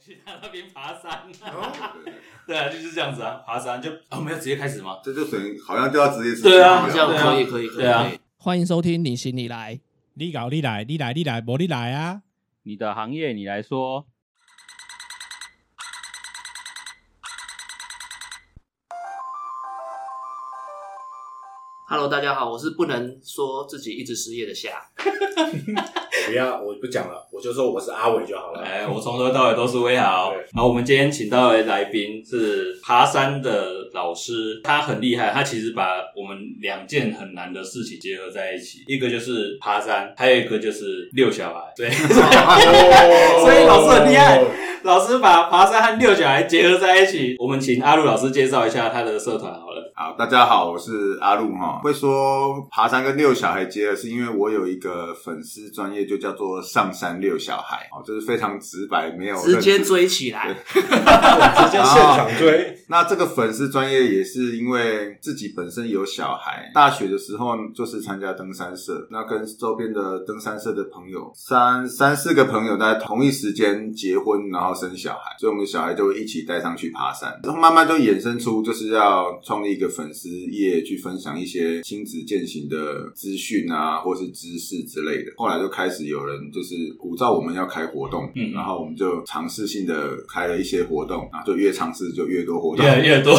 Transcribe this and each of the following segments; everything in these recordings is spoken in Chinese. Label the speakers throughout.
Speaker 1: 去他那边爬山、啊
Speaker 2: 然后
Speaker 1: 对啊，就是这样子啊，爬山就、啊我们要直接开始吗？
Speaker 2: 这就等于好像就要职业
Speaker 1: 对啊
Speaker 3: 好
Speaker 2: 这
Speaker 3: 像
Speaker 2: 样
Speaker 1: 对啊
Speaker 3: 可以可以可以
Speaker 1: 对啊
Speaker 3: 可以。
Speaker 4: 欢迎收听你行你来，
Speaker 5: 你搞你来，你来你来，无你来啊！
Speaker 6: 你的行业你来说，
Speaker 3: Hello，大家好，我是不能说自己一直失业的夏。
Speaker 7: 不要，我不讲了，我就说我是阿伟就好了。
Speaker 1: 哎，我从头到尾都是威豪
Speaker 7: 对。
Speaker 1: 然后我们今天请到的来宾是爬山的老师，他很厉害，他其实把我们两件很难的事情结合在一起，一个就是爬山，还有一个就是遛小孩。对，
Speaker 3: 哦
Speaker 1: 所以老师很厉害。 老师把爬山和遛小孩结合在一起。我们请阿路老师介绍一下他的社团好了。
Speaker 2: 好，大家好，我是阿路哈。会说爬山跟遛小孩结合，是因为我有一个粉丝专业，就叫做上山遛小孩，哦，就是非常直白，没有
Speaker 3: 直接
Speaker 2: 任何
Speaker 3: 追起来，
Speaker 7: 直接现场追，
Speaker 2: 那这个粉丝专业也是因为自己本身有小孩，大学的时候就是参加登山社，那跟周边的登山社的朋友，三三四个朋友在同一时间结婚，然后生小孩，所以我们小孩就会一起带上去爬山，然后慢慢就衍生出就是要创立一个粉丝页，去分享一些亲子践行的资讯啊，或是知识之类的。后来就开始有人就是鼓噪我们要开活动，
Speaker 1: 嗯
Speaker 2: 然后我们就尝试性的开了一些活动，啊，就越尝试就越多活动，
Speaker 1: 越来越多，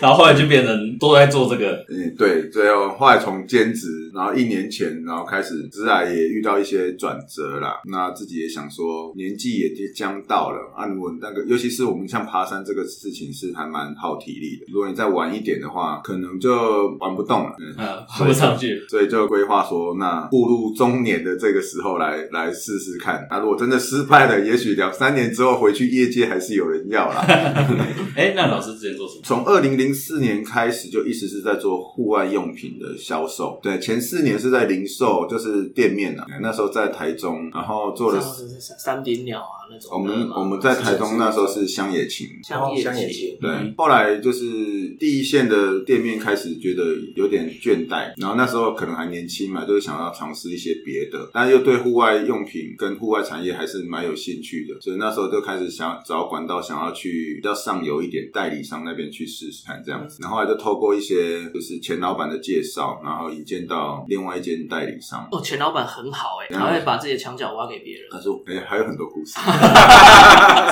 Speaker 1: 然后后来就变成都在做这个。
Speaker 2: 嗯，对，最后后来从兼职，然后一年前，然后开始，自然也遇到一些转折啦。那自己也想说，年纪也即将到了啊，如果那个，尤其是我们像爬山这个事情是还蛮耗体力的，如果你再晚一点的话，可能就玩不动了。嗯
Speaker 1: 嗯， 爬不上去，
Speaker 2: 所以就规划说，那步入中年的这个时候来来试试看。那如果真的失败了，也许两三年之后回去业界还是有人要啦。
Speaker 1: 哎，那老师之前做什 么？
Speaker 2: 从二零零四年开始，就一直是在做户外用品的销售。对，前四年是在零售，就是店面啊。那时候在台中，然后做了
Speaker 3: 像。是三三顶鸟啊那种。
Speaker 2: 我们我们在台中那时候是乡野情，
Speaker 3: 像
Speaker 7: 香
Speaker 3: 野
Speaker 7: 野
Speaker 3: 鸡，
Speaker 7: 鸡
Speaker 2: 对
Speaker 1: 嗯，
Speaker 2: 后来就是第一线的店面开始觉得有点倦怠，然后那时候可能还年轻嘛，就是想要尝试一些别的，但是又对户外用品跟户外产业还是蛮有兴趣的，所以那时候就开始想找管道，想要去比较上游一点代理商那边去试试看这样子，然后后来就透过一些就是前老板的介绍，然后引荐到另外一间代理商。
Speaker 3: 哦，钱老板很好哎、欸，他会把自己的墙角挖给别人。
Speaker 2: 他说：“哎、还有很多故事。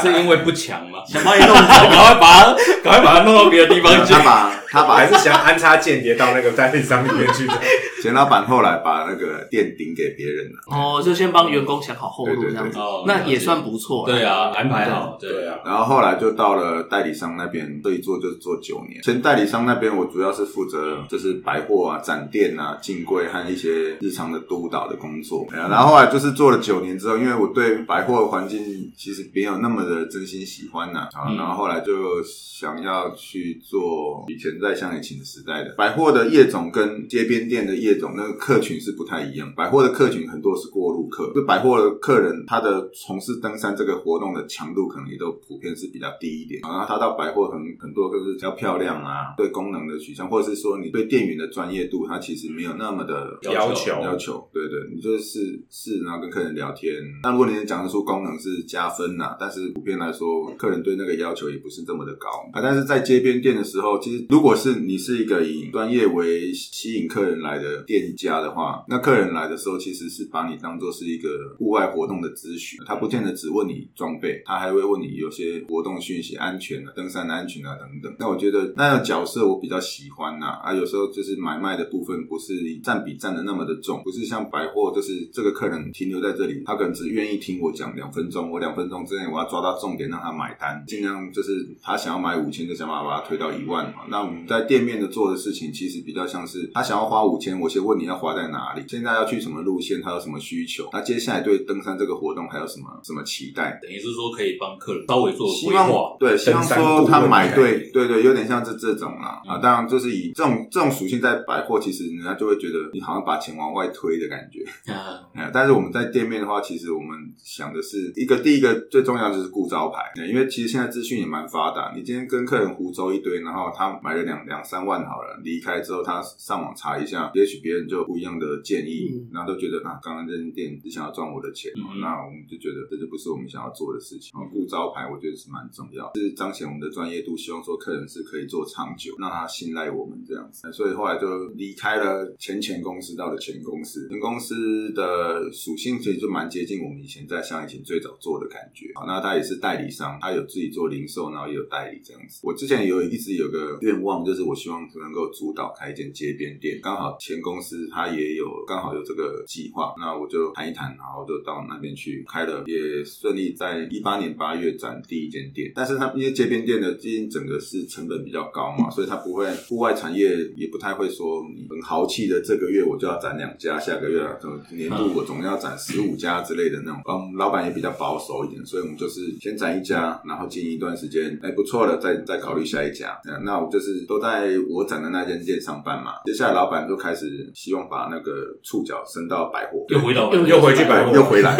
Speaker 1: 是因为不强吗？
Speaker 3: 想把你弄
Speaker 1: 赶快把它，赶快把它弄到别的地方去。
Speaker 2: 啊他把他
Speaker 7: 还
Speaker 2: 把
Speaker 7: 是想安插间谍到那个代理商里面去的。
Speaker 2: 钱老板后来把那个店顶给别人了，
Speaker 3: 哦，就先帮员工想好后路这样
Speaker 2: 对对
Speaker 3: 子，
Speaker 2: 对
Speaker 1: 哦
Speaker 3: 那也算不错。
Speaker 1: 对，啊，安排好，
Speaker 7: 对
Speaker 1: 啊，
Speaker 7: 啊，
Speaker 2: 然后后来就到了代理商那边，这一做就做九年。前代理商那边，我主要是负责就是百货啊、展店啊、进柜和一些日常的督导的工作。哎然后后来就是做了九年之后，因为我对百货环境其实没有那么的真心喜欢呐、啊，
Speaker 1: 嗯
Speaker 2: 然后后来就想要去做以前在乡野情时代的百货的业种跟街边店的业种那个客群是不太一样，百货的客群很多是过路客，就百货的客人他的从事登山这个活动的强度可能也都普遍是比较低一点，然后他到百货很很多就是比较漂亮啊，对功能的取向，或者是说你对店员的专业度，他其实没有那么的
Speaker 7: 要求
Speaker 2: 要求，对对，你就是是然后跟客人聊天。那如果你能讲得出功能是加分呐、但是普遍来说，客人对那个要求也不是这么的高啊。但是在街边店的时候，其实如果是你是一个以专业为吸引客人来的店家的话，那客人来的时候其实是把你当做是一个户外活动的咨询，他不见得只问你装备，他还会问你有些活动讯息、安全啊、登山安全啊等等。那我觉得那个角色我比较喜欢呐、啊，有时候就是买卖的部分不是占比占的那么的重，不是像百货，就是这个客人停留在这里，他可能只愿意听我讲两分钟，我两分钟之内我要抓到重点让他买单，尽量就是他想要买五千就想办法把它推到一万嘛。那我们在店面的做的事情其实比较像是他想要花五千，我先问你要花在哪里，现在要去什么路线，他有什么需求，那接下来对登山这个活动还有什么什么期待，
Speaker 1: 等于是说可以帮客人稍微做
Speaker 2: 希
Speaker 1: 规
Speaker 2: 望
Speaker 1: 划。
Speaker 2: 对，希望
Speaker 7: 登山顾
Speaker 2: 说
Speaker 7: 问
Speaker 2: 他买
Speaker 7: 的概
Speaker 2: 对
Speaker 7: 念
Speaker 2: 对对，有点像这这种啦、
Speaker 7: 嗯
Speaker 2: 啊。当然，就是以这种这种属性在百货，其实人家就会觉得你好像把钱往外推的感觉。
Speaker 1: 啊
Speaker 2: 啊但是我们在店面的话，其实我们想的是一个第一个最重要那就是顾招牌，对因为其实现在资讯也蛮发达，你今天跟客人胡诌一堆，然后他买了两两三万好了，离开之后他上网查一下，也许别人就有不一样的建议，
Speaker 3: 嗯
Speaker 2: 然后都觉得啊，刚刚这间店只想要赚我的钱，哦
Speaker 1: 嗯
Speaker 2: 那我们就觉得这就不是我们想要做的事情。哦顾招牌我觉得是蛮重要，是彰显我们的专业度，希望说客人是可以做长久，让他信赖我们这样子。所以后来就离开了前前公司，到了前公司。前公司的属性其实就蛮接近我们以前在像以前最早做的感觉。好，那他也是代理商，他有自己做零售，然后也有代理这样子。我之前有一直有个愿望，就是我希望能够主导开一间街边店。刚好前公司他也有刚好有这个计划，那我就谈一谈，然后就到那边去开了，也顺利在一八年八月展第一间店。但是它因为街边店的，毕竟整个是成本比较高嘛，所以它不会户外产业也不太会说你很豪气的，这个月我就要展两家，下个月啊什么年度我总要展十五家之类的那种。嗯，老板也比较保守一点，所以我们就是先展一家，然后经营一段时间，哎不错了，再再考虑下一家。嗯那我就是都在我展的那间店上班嘛，接下来老板就开始希望把那个触角伸到百货，
Speaker 1: 又回到
Speaker 3: 又
Speaker 2: 又回去
Speaker 1: 百
Speaker 2: 百货，又回来。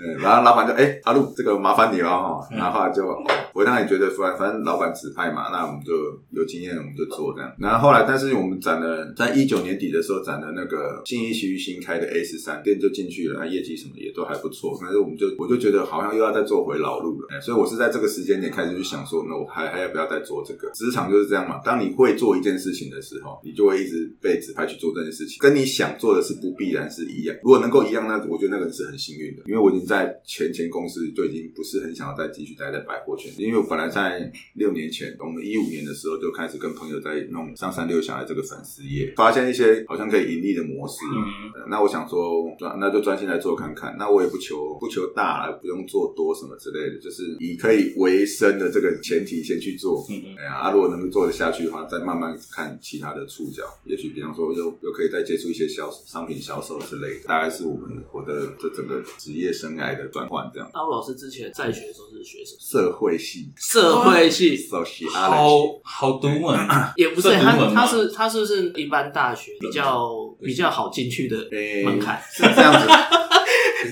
Speaker 2: 嗯，然后老板就哎、阿路，这个麻烦你了哈。然后就我当然也觉得，反反正老板指派嘛，那我们就有经验，我们就做这样。然后后来，但是我们展了，在一九年底的时候展了那个信义区新开的 A 十三店就进去了，那业绩什么也都还不错。但是我们就我就觉得好像又要再做回老路了，哎所以我是在这个时间点开始去想说，那我还还要不要再做这个？职场就是这样嘛，当你会做一件事情的时候，你就会一直被指派去做这件事情，跟你想做的是不必然是一样。如果能够一样，那我觉得那个人是很幸运的，因为我已经在前前公司就已经不是很想要再继续待在百货圈，因为我本来在六年前，我们一五年的时候就开始跟朋友在弄上山六小的这个粉丝业，发现一些好像可以盈利的模式。
Speaker 1: 嗯，
Speaker 2: 呃那我想说，专那就专心来做看看。那我也不求不求大，不用做多什么之类的，就是以可以为生的这个前提先去做。
Speaker 1: 嗯嗯
Speaker 2: 哎呀，啊，如果能够做得下去的话，再慢慢看其他的触角，也许比方说又又可以再接触一些销商品销售之类的，大概是我们我的这整个职业生涯的转换这样。
Speaker 3: 阿鲁老师之前在学的时候是学什么？
Speaker 2: 社会系
Speaker 3: 社会
Speaker 1: 哦
Speaker 3: 系
Speaker 1: 好
Speaker 2: sociology，
Speaker 1: 好啊读文，
Speaker 3: 也不是
Speaker 1: 是
Speaker 3: 他
Speaker 1: 读文，吗
Speaker 3: 他是他是不是一般大学比较比较好进去的
Speaker 2: 诶
Speaker 3: 门槛？
Speaker 2: 哎是这样子。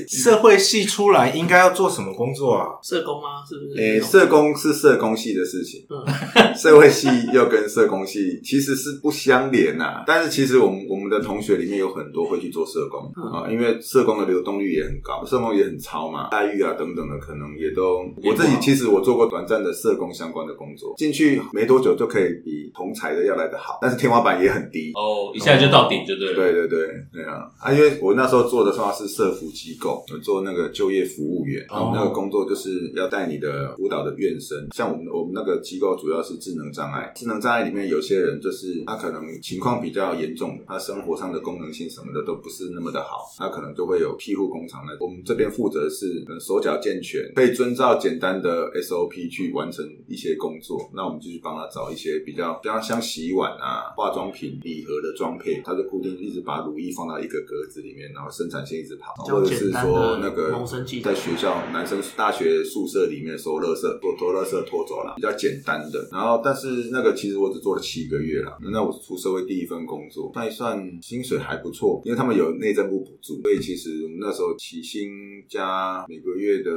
Speaker 7: 社会系出来应该要做什么工作啊？
Speaker 3: 社工吗？是不嗯是？
Speaker 2: 诶、哎社工是社工系的事情，社会系又跟社工系其实是不相连呐、 但是其实我们我们的同学里面有很多会去做社工
Speaker 3: 嗯
Speaker 2: 啊、因为社工的流动率也很高，社工也很超嘛，待遇啊等等的，可能也都
Speaker 1: 也
Speaker 2: 我
Speaker 1: 不
Speaker 2: 自己
Speaker 1: 好
Speaker 2: 其实我做过短暂的社工相关的工作，进去没多久就可以比同才的要来得好，但是天花板也很低。
Speaker 1: 哦，一下就到顶就对了。
Speaker 2: 对对对，对啊，啊，因为我那时候做的话是社服机构，我做那个就业服务员，
Speaker 1: 哦
Speaker 2: 然后那个工作就是要带你的辅导的院生，像我们我们那个机构主要是智能障碍，智能障碍里面有些人就是他可能情况比较严重，他生活上的功能性什么的都不是那么的好，他可能就会有庇护工厂来。我们这边负责是呃手脚健全，可以遵照简单的 SOP 去完成一些工作，那我们就去帮他找一些比较，比方像洗碗啊、化妆品、礼盒的装配，他就固定一直把乳液放到一个格子里面，然后生产线一直跑，
Speaker 3: 这样
Speaker 2: 或者是
Speaker 3: 简单的
Speaker 2: 说那个
Speaker 3: 谋生技能
Speaker 2: 在学校男生大学宿舍里面收垃圾，拖拖垃圾拖走了，比较简单的。然后但是那个其实我只做了七个月啦，那我出社会第一份工作，算一算薪水还不错，因为他们有内政部补助，所以其实我们那时候起薪加每个月的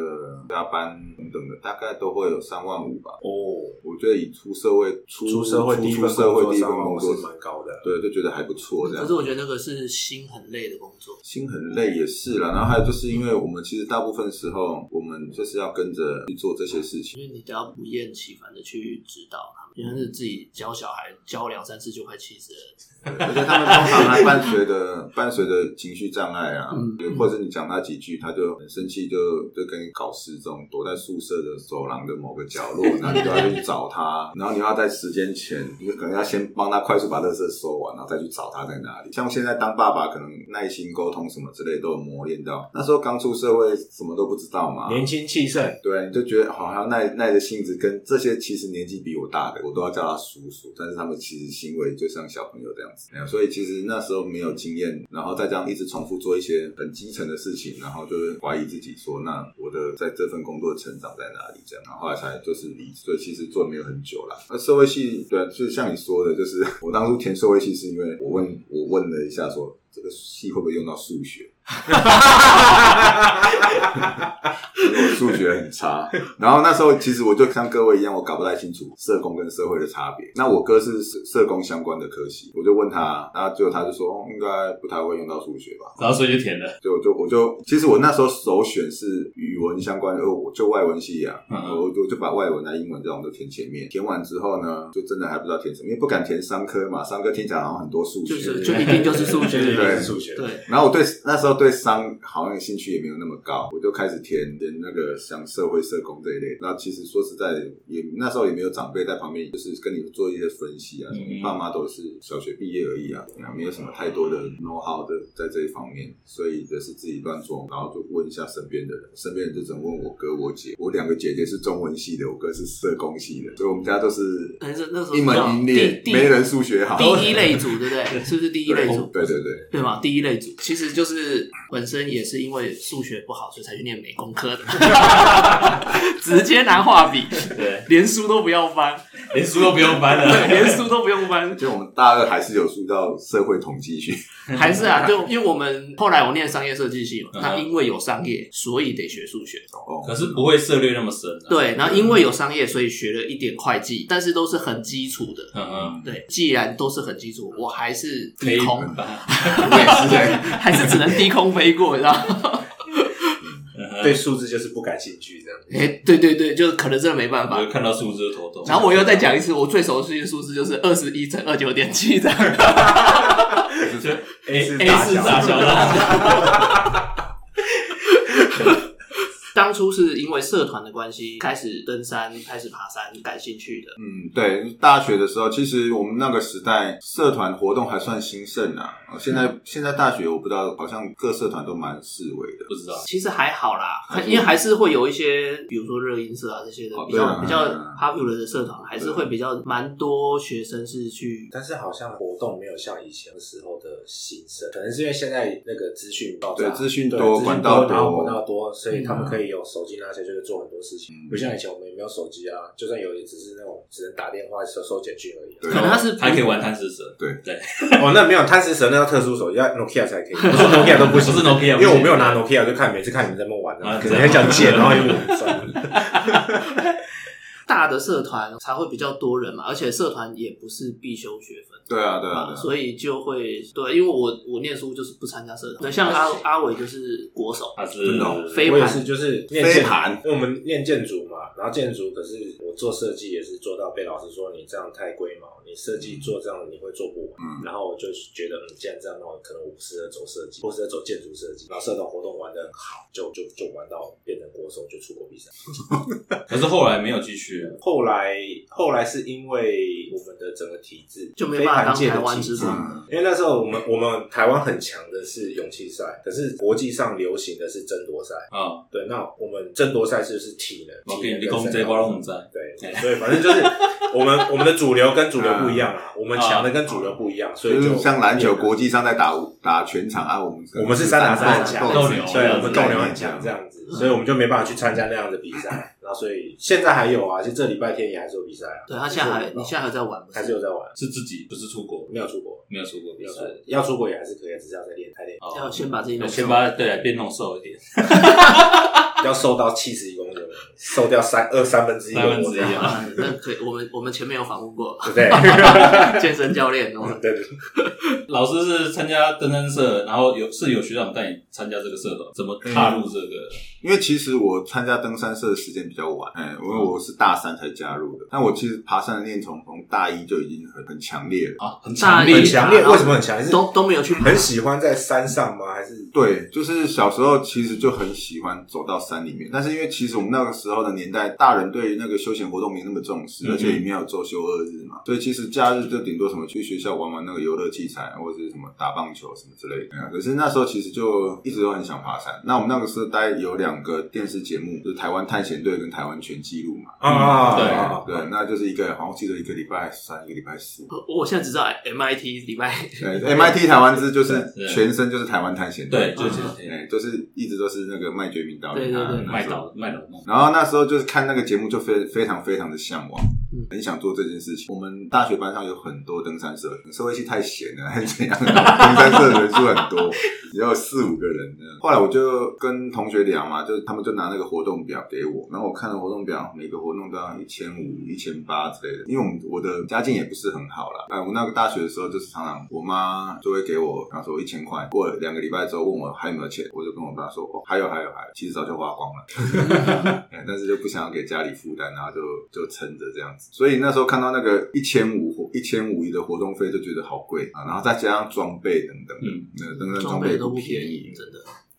Speaker 2: 加班等等的，大概都会有三万五吧。
Speaker 7: 哦，
Speaker 2: 我觉得以出社会出
Speaker 7: 出社会第一
Speaker 2: 出
Speaker 7: 份
Speaker 2: 社会第一份
Speaker 7: 工
Speaker 2: 工
Speaker 7: 作
Speaker 2: 作
Speaker 7: 是蛮高的。
Speaker 2: 对，就觉得还不错这样
Speaker 3: 可。是我觉得那个是心很累的工作，
Speaker 2: 心很累也是啦，然后还有就是因为我们其实大部分时候我们就是要跟着去做这些事情。
Speaker 3: 因为你都要不厌其烦的去指导他们，因为是自己教小孩教两三次就快气死了。
Speaker 2: 而且他们通常还伴随着伴随着情绪障碍啊，
Speaker 3: 嗯
Speaker 2: 对或者你讲他几句，他就很生气，就就跟你搞失踪，躲在宿舍的走廊的某个角落，然后你就要去找他，然后你要在时间前，你可能要先帮他快速把垃圾收完，然后再去找他在哪里。像现在当爸爸，可能耐心沟通什么之类都有磨练到，那时候刚出社会，什么都不知道嘛，
Speaker 7: 年轻气盛，
Speaker 2: 对，你就觉得好像耐耐着性子跟这些其实年纪比我大的，我都要叫他叔叔，但是他们其实行为就像小朋友这样子，哎呀所以其实那时候没有经验，然后再这样一直重复做一些很基层的事情，然后就会怀疑自己说，那我的在这份工作的成长在哪里？这样，然后后来才就是离职，所以其实做得没有很久啦。那社会系对啊，就是像你说的，就是 我当初填社会系是因为我问我问了一下说。这个系会不会用到数学？因为我数学很差。然后那时候其实我就像各位一样，我搞不太清楚社工跟社会的差别。那我哥是社社工相关的科系，我就问他，然后最后他就说哦应该不太会用到数学吧。
Speaker 1: 然后所以就填了，
Speaker 2: 就我就我就，其实我那时候首选是语文相关的，呃我就外文系啊，
Speaker 1: 嗯嗯
Speaker 2: 我就就把外文啊、英文这种都填前面。填完之后呢，就真的还不知道填什么，因为不敢填商科嘛，商科听起来好像很多数学，
Speaker 3: 就是就一定就是数学
Speaker 7: 对，
Speaker 2: 对
Speaker 7: 是数学，
Speaker 3: 对，
Speaker 2: 然后我对那时候对商好像兴趣也没有那么高，我就开始填填那个像社会社工这一类。那其实说实在的，也那时候也没有长辈在旁边，就是跟你做一些分析啊，什么
Speaker 1: 嗯
Speaker 2: 你爸妈都是小学毕业而已啊，啊没有什么太多的 know how 的在这一方面，所以就是自己乱做，然后就问一下身边的人，身边人就只能问我哥、我姐，我两个姐姐是中文系的，我哥是社工系的，所以我们家都是
Speaker 3: 但是那时候
Speaker 2: 一门一列，
Speaker 3: 第第
Speaker 2: 没人数学好。
Speaker 3: 第一 类组，对不对？是不是第一类组？
Speaker 2: 对对对，
Speaker 3: 对吗？第一类组其实就是本身也是因为数学不好，所以才去念美 工科的，直接拿画笔，
Speaker 1: 对，
Speaker 3: 连书都不要翻，
Speaker 1: 连书都不用翻
Speaker 3: 对，
Speaker 1: 了。
Speaker 3: 连书都不用翻，
Speaker 2: 就我们大二还是有读到社会统计学。
Speaker 3: 还是啊，就因为我们后来我念商业设计系嘛，
Speaker 1: 嗯
Speaker 3: 那因为有商业，所以得学数学。
Speaker 2: 哦
Speaker 1: 可是不会涉猎那么深、啊。，
Speaker 3: 对，然后因为有商业，所以学了一点会计，但是都是很基础的。
Speaker 1: 嗯嗯，
Speaker 3: 对，既然都是很基础，我还是
Speaker 1: 可
Speaker 3: 低
Speaker 1: 以
Speaker 3: 空，
Speaker 1: 吧？
Speaker 3: 还是只能低空飞过，你知道吗？
Speaker 1: 嗯
Speaker 7: 对数字就是不感兴趣这样。
Speaker 3: 哎、对对对，就是可能真的没办法
Speaker 1: 我。就看到数字就头痛。
Speaker 3: 然后我又再讲一次，我最熟悉的数字就是二十一乘二九点七这样。
Speaker 1: 就 A
Speaker 7: 是
Speaker 1: A 四
Speaker 7: 大
Speaker 1: 大小啦，
Speaker 3: 当初是因为社团的关系，开始登山，开始爬山，感兴趣的。
Speaker 2: 嗯，对，大学的时候，其实我们那个时代社团活动还算兴盛啊。呃现在、现在大学我不知道，好像各社团都蛮示威的。
Speaker 1: 不知道。
Speaker 3: 其实还好啦
Speaker 2: 还，是
Speaker 3: 因为还是会有一些，比如说热音社啊这些的
Speaker 2: 哦
Speaker 3: 比较、
Speaker 2: 对啊
Speaker 3: 比较
Speaker 2: 对啊
Speaker 3: popular 的社团，还是会比较蛮多学生是去
Speaker 7: 但是好像活动没有像以前的时候的兴盛，可能是因为现在那个资讯爆炸，
Speaker 2: 对资讯
Speaker 7: 对
Speaker 2: 多
Speaker 7: 资
Speaker 2: 管道多
Speaker 7: 然后管道多，所以他们可以有手机拿起来就可以做很多事情
Speaker 2: 嗯。
Speaker 7: 不像以前我们也没有手机啊，就算有也只是那种只能打电话收收简讯而已啊。
Speaker 2: 对
Speaker 3: 可能他是
Speaker 1: 还可以玩贪食蛇，
Speaker 7: 哦，那没有贪食蛇那要特殊手机，要 Nokia 才可以，不是 Nokia 都不行，
Speaker 1: 不是 Nokia
Speaker 7: 因为我没有拿 Nokia，就看每次看你们在那边玩啊
Speaker 1: 啊，
Speaker 7: 可能很想借，然后又算了。
Speaker 3: 大的社团才会比较多人嘛，而且社团也不是必修学分。
Speaker 2: 对啊，对啊，对啊。
Speaker 3: 所以就会对，啊因为我我念书就是不参加社团，对，像阿阿伟就是国手，
Speaker 1: 它是
Speaker 2: 真的哦
Speaker 3: 飞
Speaker 7: 我也
Speaker 3: 盘
Speaker 7: 是，就是念建
Speaker 2: 飞盘
Speaker 7: 因为我们念建筑嘛，然后建筑可是我做设计也是做到被老师说你这样太龟毛，你设计做这样你会做不完。
Speaker 2: 嗯
Speaker 7: 然后我就觉得，嗯，既然这样，那我可能我不适合走设计，不适合走建筑设计。然后社团活动玩的好，就就就玩到变成国手，就出国比赛。
Speaker 1: 可是后来没有继续了。
Speaker 7: 后来后来是因为我们的整个体制
Speaker 3: 就没办法当
Speaker 7: 非
Speaker 3: 台
Speaker 7: 常
Speaker 3: 湾
Speaker 7: 界的体
Speaker 3: 之
Speaker 7: 制
Speaker 3: 光。
Speaker 2: 嗯，
Speaker 7: 因为那时候我们我们台湾很强的是勇气赛，可是国际上流行的是争夺赛。
Speaker 1: 啊，
Speaker 7: 对，那我们争夺赛事是体能，
Speaker 1: 我
Speaker 7: 体
Speaker 1: 跟哦
Speaker 7: 能
Speaker 1: 你
Speaker 7: 跟
Speaker 1: 讲，这
Speaker 7: 身
Speaker 1: 我
Speaker 7: 高
Speaker 1: 都唔知。
Speaker 7: 对，所以反正就是我们我们的主流跟主流不一样
Speaker 1: 嗯
Speaker 7: 啊，我们强的跟主流不一样，所以
Speaker 2: 就是
Speaker 7: 就啊
Speaker 2: 像篮球国际上在打打全场啊，我们
Speaker 7: 我们是三打三很强，
Speaker 1: 斗牛
Speaker 7: 对，
Speaker 2: 啊
Speaker 7: 我们
Speaker 1: 啊
Speaker 7: 斗牛很强
Speaker 2: 强
Speaker 7: 这。样子，所以我们就没办法去参加那样的比赛。然后所以现在还有啊，就这礼拜天也还是有比赛啊。哦
Speaker 3: 对他现在还你现在还在玩不
Speaker 7: 还是有在玩，
Speaker 1: 是自己不是出国，
Speaker 7: 没有出国，
Speaker 1: 没有出国比
Speaker 7: 没有出
Speaker 1: 赛
Speaker 7: 国，，要出国也还是可以，啊只是要再练，再练，
Speaker 1: 哦
Speaker 3: 要先把自己弄
Speaker 1: 先把对变弄瘦一点，
Speaker 7: 要瘦到七十一公斤，瘦掉三二三分之一个
Speaker 1: 三分
Speaker 7: 我
Speaker 1: 之
Speaker 7: 这
Speaker 1: 一
Speaker 7: 样，
Speaker 1: 啊。
Speaker 3: 啊那可以，我们我们前面有访问过
Speaker 7: 对不对？
Speaker 3: 健身教练， 我们
Speaker 7: 对对。
Speaker 1: 老师是参加登山社，然后有是有学长带你参加这个社团，怎
Speaker 2: 嗯
Speaker 1: 么踏入这个？
Speaker 2: 因为其实我参加登山社的时间比较晚，
Speaker 7: 嗯
Speaker 2: 哎、因为我是大三才加入的。但我其实爬山的念头从大一就已经很很强烈了。
Speaker 1: 啊，很
Speaker 3: 大
Speaker 1: 强
Speaker 3: 一
Speaker 1: 烈
Speaker 7: 很强烈，为什么很强烈？是
Speaker 3: 啊都都没有去爬
Speaker 7: 很喜欢在山上吗？还是
Speaker 2: 对，就是小时候其实就很喜欢走到山里面，但是因为其实我们那个时候的年代，大人对于那个休闲活动没那么重视，
Speaker 1: 嗯
Speaker 2: 而且也没有周休二日嘛，所以其实假日就顶多什么去学校玩玩那个游乐器材，啊或者是什么打棒球什么之类的。嗯可是那时候其实就一直都很想爬山。那我们那个时代有两个电视节目，就是台湾探险队跟台湾全纪录嘛。
Speaker 1: 对
Speaker 7: 啊？
Speaker 2: 对，那就是一个好像记得一个礼拜三，一个礼拜四。
Speaker 3: 我现在只知道 MIT 礼拜
Speaker 2: 对，MIT 台湾之就是
Speaker 1: 对
Speaker 2: 全身就是台湾探险队
Speaker 1: 对，，就是
Speaker 2: 哎，就是一直都是那个麦觉明导
Speaker 3: 对
Speaker 2: 演
Speaker 3: 对
Speaker 2: 他
Speaker 3: 对
Speaker 2: 那
Speaker 1: 麦
Speaker 2: 时候
Speaker 1: 岛麦岛梦，
Speaker 2: 然后那时候就是看那个节目，就非非常非常的向往。很想做这件事情。我们大学班上有很多登山社，社会系太闲了 还是怎样？登山社的人数很多， 也有四五个人这样。后来我就跟同学聊嘛，就他们就拿那个活动表给我，然后我看了活动表，每个活动都要一千五、一千八之类的。因为我们我的家境也不是很好啦，哎，我那个大学的时候就是常常我妈就会给我，比方说一千块，过了两个礼拜之后问我还有没有钱，我就跟我爸说哦，还有还有还有，其实早就花光了。哎但是就不想要给家里负担，然后就就撑着这样子。所以那时候看到那个一千五一千五一的活动费，就觉得好贵啊，然后再加上装备等等的
Speaker 1: 嗯，
Speaker 2: 那登山
Speaker 3: 装
Speaker 2: 装
Speaker 3: 备
Speaker 2: 备
Speaker 3: 都
Speaker 2: 不
Speaker 3: 不
Speaker 2: 便
Speaker 3: 便
Speaker 2: 宜
Speaker 3: 宜，，真的。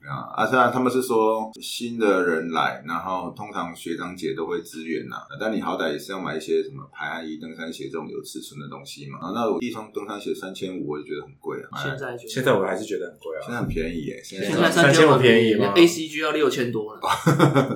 Speaker 2: 啊，啊，虽然他们是说新的人来，然后通常学长姐都会支援呐、但你好歹也是要买一些什么排汗衣、登山鞋这种有尺寸的东西嘛。啊，那我一双登山鞋三千五，我就觉得很贵啊。哎
Speaker 3: 现在就
Speaker 7: 现在我还是觉得很贵
Speaker 2: 现在
Speaker 7: 啊，
Speaker 2: 很便宜耶，现
Speaker 3: 现
Speaker 2: 在
Speaker 3: 在三
Speaker 7: 3500便宜吗
Speaker 3: 吗？A C G 要六千多了，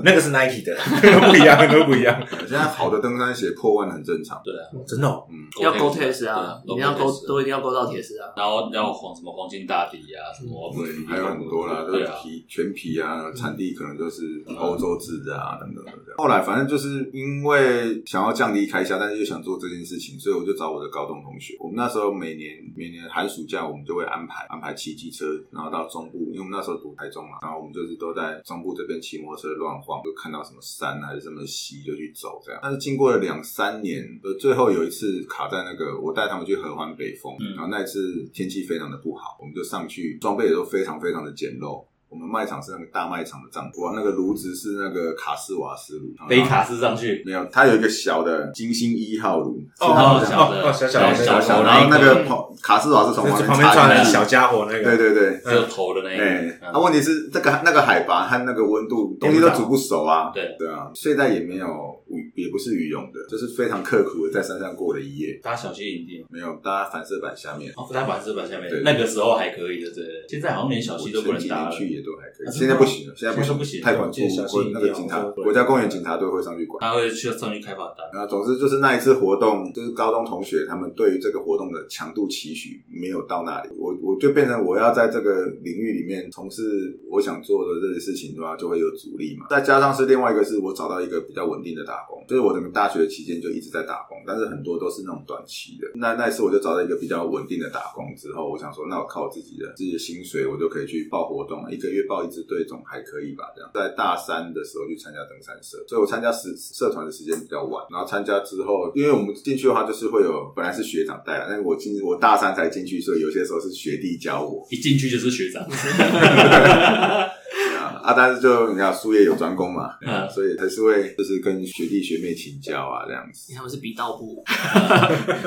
Speaker 7: 那个是 Nike 的， 不一样，都不一样，
Speaker 2: 现在好的登山鞋破万很正常。
Speaker 1: 对啊，
Speaker 7: 真的哦。
Speaker 2: 嗯，
Speaker 3: 要勾
Speaker 1: Gore-Tex
Speaker 3: test 啊，一定要勾，都一定要勾到铁丝啊。
Speaker 1: 然后要黄什么黄金大底啊，什
Speaker 3: 哦
Speaker 1: 么
Speaker 2: 对，嗯还有很多啦，都
Speaker 1: 对
Speaker 2: 是
Speaker 1: 啊，
Speaker 2: 皮全皮啊，产地可能都是欧洲制的啊，等等等等。后来反正就是因为想要降低开销，但是又想做这件事情，所以我就找我的高中同学。我们那时候每年每年寒暑假，我们就会安排安排骑机车，然后到中部，因为我们那时候读台中嘛，然后我们就是都在中部这边骑摩托车乱晃，就看到什么山还是什么溪就去走这样。但是经过了两三年，呃，最后有一次卡在那个我带他们去合欢北峰，
Speaker 1: 嗯
Speaker 2: 然后那一次天气非常的不好，我们就上去，装备也都非常非常的简陋。我们卖场是那个大卖场的帐篷，哇，那个炉子是那个卡斯瓦斯炉，
Speaker 1: 背卡斯上去，
Speaker 2: 没有，它有一个小的金星一号炉，是
Speaker 7: 哦
Speaker 1: 然
Speaker 2: 它
Speaker 1: 后
Speaker 2: 的
Speaker 1: 小
Speaker 7: 哦
Speaker 1: 的
Speaker 7: 小
Speaker 1: 小
Speaker 7: 小
Speaker 2: 小
Speaker 7: 小
Speaker 2: 小，
Speaker 1: 头
Speaker 2: 然后那个
Speaker 1: 个
Speaker 2: 跑卡斯瓦是从
Speaker 7: 就是
Speaker 2: 旁
Speaker 7: 旁边
Speaker 2: 插进
Speaker 7: 站的
Speaker 2: 来，
Speaker 7: 哦小家伙那
Speaker 2: 对
Speaker 7: 个，
Speaker 2: 对对，
Speaker 1: 只有头的那
Speaker 2: 哎
Speaker 1: 个，，嗯
Speaker 2: 那、问题是这个那个海拔和那个温度，东西都煮不熟啊。
Speaker 1: 对
Speaker 2: 对啊，睡袋也没有羽，也不是羽绒的，就是非常刻苦的在山上过了一夜，
Speaker 1: 搭小溪营地嘛，
Speaker 2: 没有搭反射板下面。
Speaker 1: 哦，搭板是板下面
Speaker 2: 对，
Speaker 1: 那个时候还可以的，对对，对现在好像连小
Speaker 2: 我
Speaker 1: 溪都不
Speaker 2: 前
Speaker 1: 能
Speaker 2: 几
Speaker 1: 搭了。
Speaker 2: 年去也都还可以，
Speaker 1: 啊真的吗
Speaker 2: 现在不行了，现在
Speaker 1: 现在
Speaker 2: 不
Speaker 1: 不行
Speaker 2: 太管
Speaker 7: 现在小
Speaker 2: 处或
Speaker 7: 心一点
Speaker 2: 那个警察，
Speaker 7: 我说不能
Speaker 2: 国家公园警察队会上去管。
Speaker 1: 他会去上去开罚单，
Speaker 2: 然后总之就是那一次活动，就是高中同学他们对于这个活动的强度期许没有到那里，我我就变成我要在这个领域里面从事我想做的这些事情的话，就会有阻力嘛。再加上是另外一个是我找到一个比较稳定的打工，就是我整个大学期间就一直在打工，但是很多都是那种短期的。那那一次我就找到一个比较稳定的打工之后，我想说，那我靠我自己的自己的薪水，我就可以去报活动，一个月报一支队总还可以吧？这样在大三的时候去参加登山社，所以我参加社社团的时间比较晚，然后参加之后，因为我们进去的话就是会有本来是学长带来，但是我进我大三才进去，所以有些时候是学弟教我。
Speaker 1: 一进去就是学 长，
Speaker 2: 对啊，啊，但是就你看术业有专攻嘛，对啊
Speaker 1: 嗯
Speaker 2: 所以还是会就是跟学弟学妹请教啊这样子。
Speaker 3: 他们是比道部，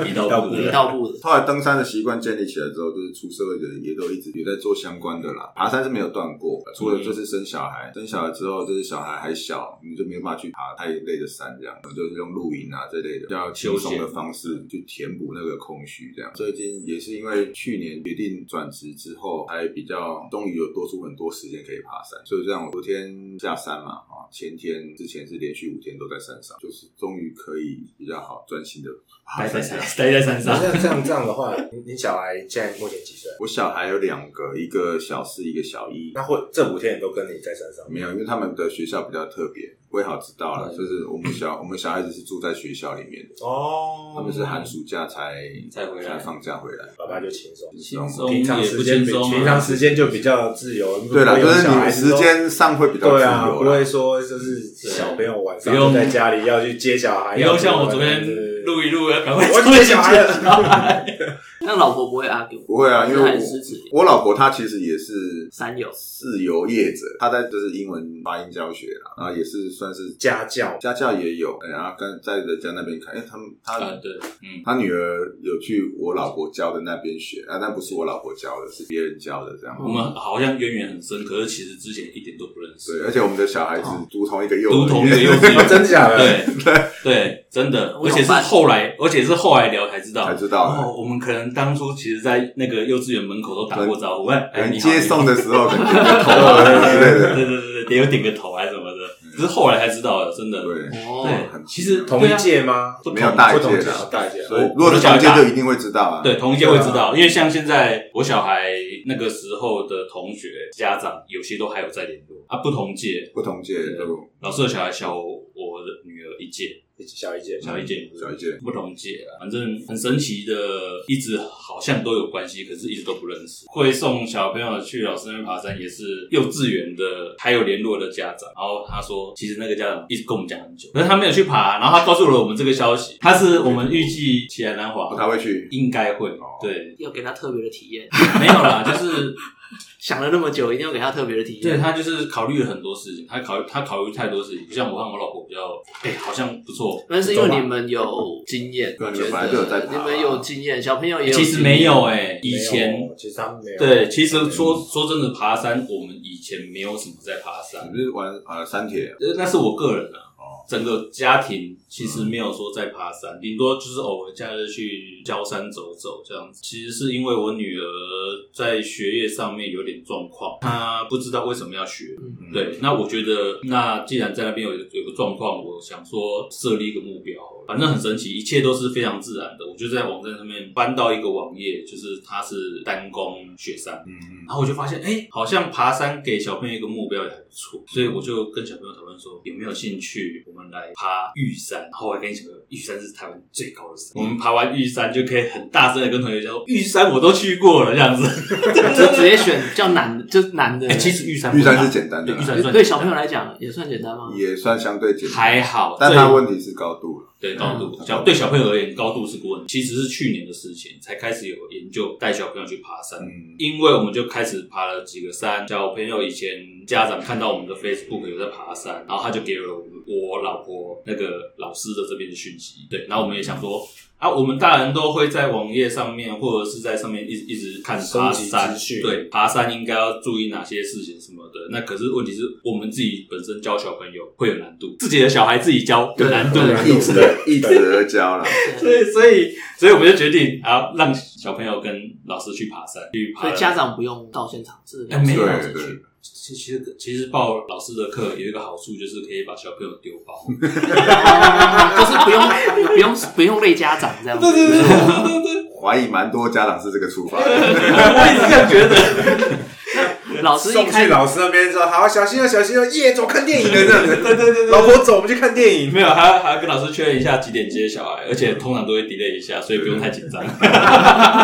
Speaker 1: 一到
Speaker 7: 到
Speaker 1: 五
Speaker 2: 啊
Speaker 3: 比
Speaker 1: 的
Speaker 3: 道部的，
Speaker 2: 后来登山的习惯建立起来之后，就是出社会的人也都一直也在做相关的啦。爬山是没有断过，除了就是生小孩，生小孩之后就是小孩还小，你就没有办法去爬太累的山，这样就是用露营啊这类的比较轻松的方式去填补那个空虚，这样。最近也是因为去年决定转职之后，还比较终于有多出很多时间可以爬山，所以这样我昨天下山嘛，啊，前天之前是连续五天都在山上，就是终于可以比较好专心的爬
Speaker 1: 待在
Speaker 2: 山
Speaker 1: 山
Speaker 2: 这样。
Speaker 1: 待在山上，
Speaker 7: 那这样这样的话，你你小孩现在目前几岁？
Speaker 2: 我小孩有两个，一个小四，一个小一。
Speaker 7: 那会这五天都跟你在山上
Speaker 2: 没有，因为他们的学校比较特别，我也好知道了。
Speaker 1: 嗯
Speaker 2: 就是我们小我 们小孩子是住在学校里面的，
Speaker 7: 哦
Speaker 2: 他们是寒暑假才
Speaker 1: 才回来
Speaker 2: 放假回来。
Speaker 7: 爸爸就轻松，
Speaker 1: 轻松也
Speaker 7: 平常
Speaker 1: 不
Speaker 7: 时间
Speaker 1: 轻
Speaker 7: 比
Speaker 1: 松啊，
Speaker 7: 平常时间就比较自由。
Speaker 2: 对
Speaker 7: 了，
Speaker 2: 了，就是你时间上会比较自
Speaker 7: 对啊，
Speaker 2: 由
Speaker 7: 不会
Speaker 2: 啦。
Speaker 7: 说就是小朋友晚上
Speaker 1: 不用
Speaker 7: 就在家里要去接小孩，
Speaker 1: 不
Speaker 7: 要
Speaker 1: 用
Speaker 7: 去
Speaker 1: 像我
Speaker 7: 玩
Speaker 1: 昨天
Speaker 7: 对对对
Speaker 1: 录一录，要赶快
Speaker 7: 我去接小孩了。
Speaker 3: 那老婆不会 argue，
Speaker 2: 不会啊，因为
Speaker 3: 还
Speaker 2: 我
Speaker 3: 狮子
Speaker 2: 我老婆她其实也是
Speaker 3: 三友
Speaker 2: 自由业者，她在就是英文发音教学啦，然后也是算是
Speaker 7: 家教
Speaker 2: 家教也有，哎然后跟在人家那边看，哎，他们他
Speaker 1: 啊，对，嗯，
Speaker 2: 他女儿有去我老婆教的那边学啊，但不是我老婆教的，是别人教的这样。
Speaker 1: 我们好像渊源很深，可是其实之前一点都不认识，
Speaker 2: 对，而且我们的小孩子读同一个幼
Speaker 1: 读同一个幼稚
Speaker 7: 哦
Speaker 1: 园，
Speaker 7: 真假的
Speaker 1: 对对，真的，
Speaker 3: 我
Speaker 1: 而
Speaker 3: 有
Speaker 1: 且是
Speaker 3: 办
Speaker 1: 后来，而且是后来聊才知道
Speaker 2: 才。知道
Speaker 1: 哦
Speaker 2: 的。，
Speaker 1: 我们可能当初其实，在那个幼稚园门口都打过招呼，哎，哎
Speaker 2: 人
Speaker 1: 你好
Speaker 2: 接送
Speaker 1: 你好
Speaker 2: 的时候可能点个头啊之类的，
Speaker 1: 对对对对，有点个头还是什么的，只是后来才知道的，真的。
Speaker 2: 对，
Speaker 3: 哦，
Speaker 1: 对
Speaker 2: 很，
Speaker 1: 其实
Speaker 7: 同
Speaker 1: 对
Speaker 7: 一
Speaker 1: 啊
Speaker 7: 届吗？
Speaker 1: 不同
Speaker 2: 没有大一
Speaker 7: 不同
Speaker 2: 届
Speaker 7: 届
Speaker 2: 的，
Speaker 7: 哦大一届
Speaker 2: 所以
Speaker 1: 我
Speaker 2: 如果是
Speaker 1: 我的
Speaker 2: 同一
Speaker 1: 小
Speaker 2: 届
Speaker 1: 孩
Speaker 2: 就一定会知道啊。
Speaker 1: 对，同一届会知道，因为像现在我小孩那个时候的同学家长，有些都还有在联络啊。不同届，
Speaker 2: 不同届就
Speaker 1: 老师的小孩小我的女儿一届，
Speaker 7: 小一届，
Speaker 1: 小一届，
Speaker 2: 小一届
Speaker 1: 不同届啊，反正很神奇的，一直好像都有关系，可是一直都不认识。会送小朋友去老师那边爬山，也是幼稚园的，还有联络的家长。然后他说，其实那个家长一直跟我们讲很久，可是他没有去爬，然后他告诉了我们这个消息。他是我们预计起来南
Speaker 2: 哦
Speaker 1: 华
Speaker 2: 他会去
Speaker 1: 应该会
Speaker 2: 哦，
Speaker 1: 对，
Speaker 3: 要给他特别的体验，
Speaker 1: 没有啦，就是
Speaker 3: 想了那么久，一定要给他特别的体验。
Speaker 1: 对他就是考虑了很多事情，他考他考虑太多事情，不像我和我老婆比较，哎、好像不错，
Speaker 3: 但是因为你们有经验，
Speaker 2: 对
Speaker 3: 我
Speaker 2: 你
Speaker 3: 觉
Speaker 2: 们本来就有在
Speaker 3: 得
Speaker 2: 爬啊
Speaker 3: 你们有经验，小朋友也有。
Speaker 1: 其实没有，哎、以前
Speaker 7: 没有其实他们没有
Speaker 1: 对，其实说说真的，爬山我们以前没有什么在爬山，
Speaker 2: 你是玩呃山铁啊
Speaker 1: 呃那是我个人啊
Speaker 2: 哦。
Speaker 1: 整个家庭其实没有说在爬山，顶多就是偶尔假日去郊山走走这样子。其实是因为我女儿在学业上面有点状况，她不知道为什么要学。
Speaker 3: 嗯
Speaker 1: 对，那我觉得，那既然在那边有有个状况，我想说设立一个目标，反正很神奇，一切都是非常自然的。我就在网站上面翻到一个网页，就是它是单攻雪山，
Speaker 2: 嗯嗯，
Speaker 1: 然后我就发现，哎、好像爬山给小朋友一个目标也还不错，所以我就跟小朋友讨论说，有没有兴趣我们来爬玉山？然后我还跟小朋友，玉山是台湾最高的山，我们爬完玉山就可以很大声的跟同学讲说，玉山我都去过了这样子。
Speaker 3: 就直接选较难的，就是难的。
Speaker 1: 哎、其实玉山不
Speaker 2: 玉山
Speaker 1: 难
Speaker 2: 是简单的
Speaker 1: 对玉，
Speaker 2: 啊啦
Speaker 1: 山算
Speaker 3: 对小朋友来讲也算简单吗？
Speaker 2: 也算相对简单，
Speaker 1: 还好，
Speaker 2: 但
Speaker 1: 最
Speaker 2: 它问题是高度了，
Speaker 1: 对高度，
Speaker 2: 嗯
Speaker 1: 小对小朋友而言，高度是个问题。其实是去年的事情，才开始有研究带小朋友去爬山。
Speaker 2: 嗯，
Speaker 1: 因为我们就开始爬了几个山，小朋友以前家长看到我们的 Facebook 有在爬山，然后他就给了我老婆那个老师的这边的讯息，对，然后我们也想说啊，我们大人都会在网页上面或者是在上面一直一直看爬
Speaker 7: 收集
Speaker 1: 山
Speaker 7: 资，讯
Speaker 1: 对，爬山应该要注意哪些事情什么的。那可是问题是我们自己本身教小朋友会有难度，自己的小孩自己教有难度，
Speaker 3: 对
Speaker 2: 嗯一直一直而教啦。
Speaker 1: 所以所以所以我们就决定啊，让小朋友跟老师去爬山，去爬
Speaker 3: 所以
Speaker 1: 了
Speaker 3: 家长不用到现场，是
Speaker 1: 呃哎没有
Speaker 2: 对对，
Speaker 1: 其其实其实报老师的课有一个好处，就是可以把小朋友丢 包。
Speaker 3: 哦就是不用不用不用累家长这样子。对对对，
Speaker 2: 怀疑蛮多家长是这个出发的，
Speaker 1: 我也是这样觉得。
Speaker 3: 老师一
Speaker 7: 送
Speaker 3: 开
Speaker 7: 去老师那边说，好，小心哦，小心哦，耶，走看电影了，这样子。 对对对，老婆走，我们去看电影。
Speaker 1: 没有，还要还要跟老师确认一下几点接小孩，而且通常都会 delay 一下，所以不用太紧张。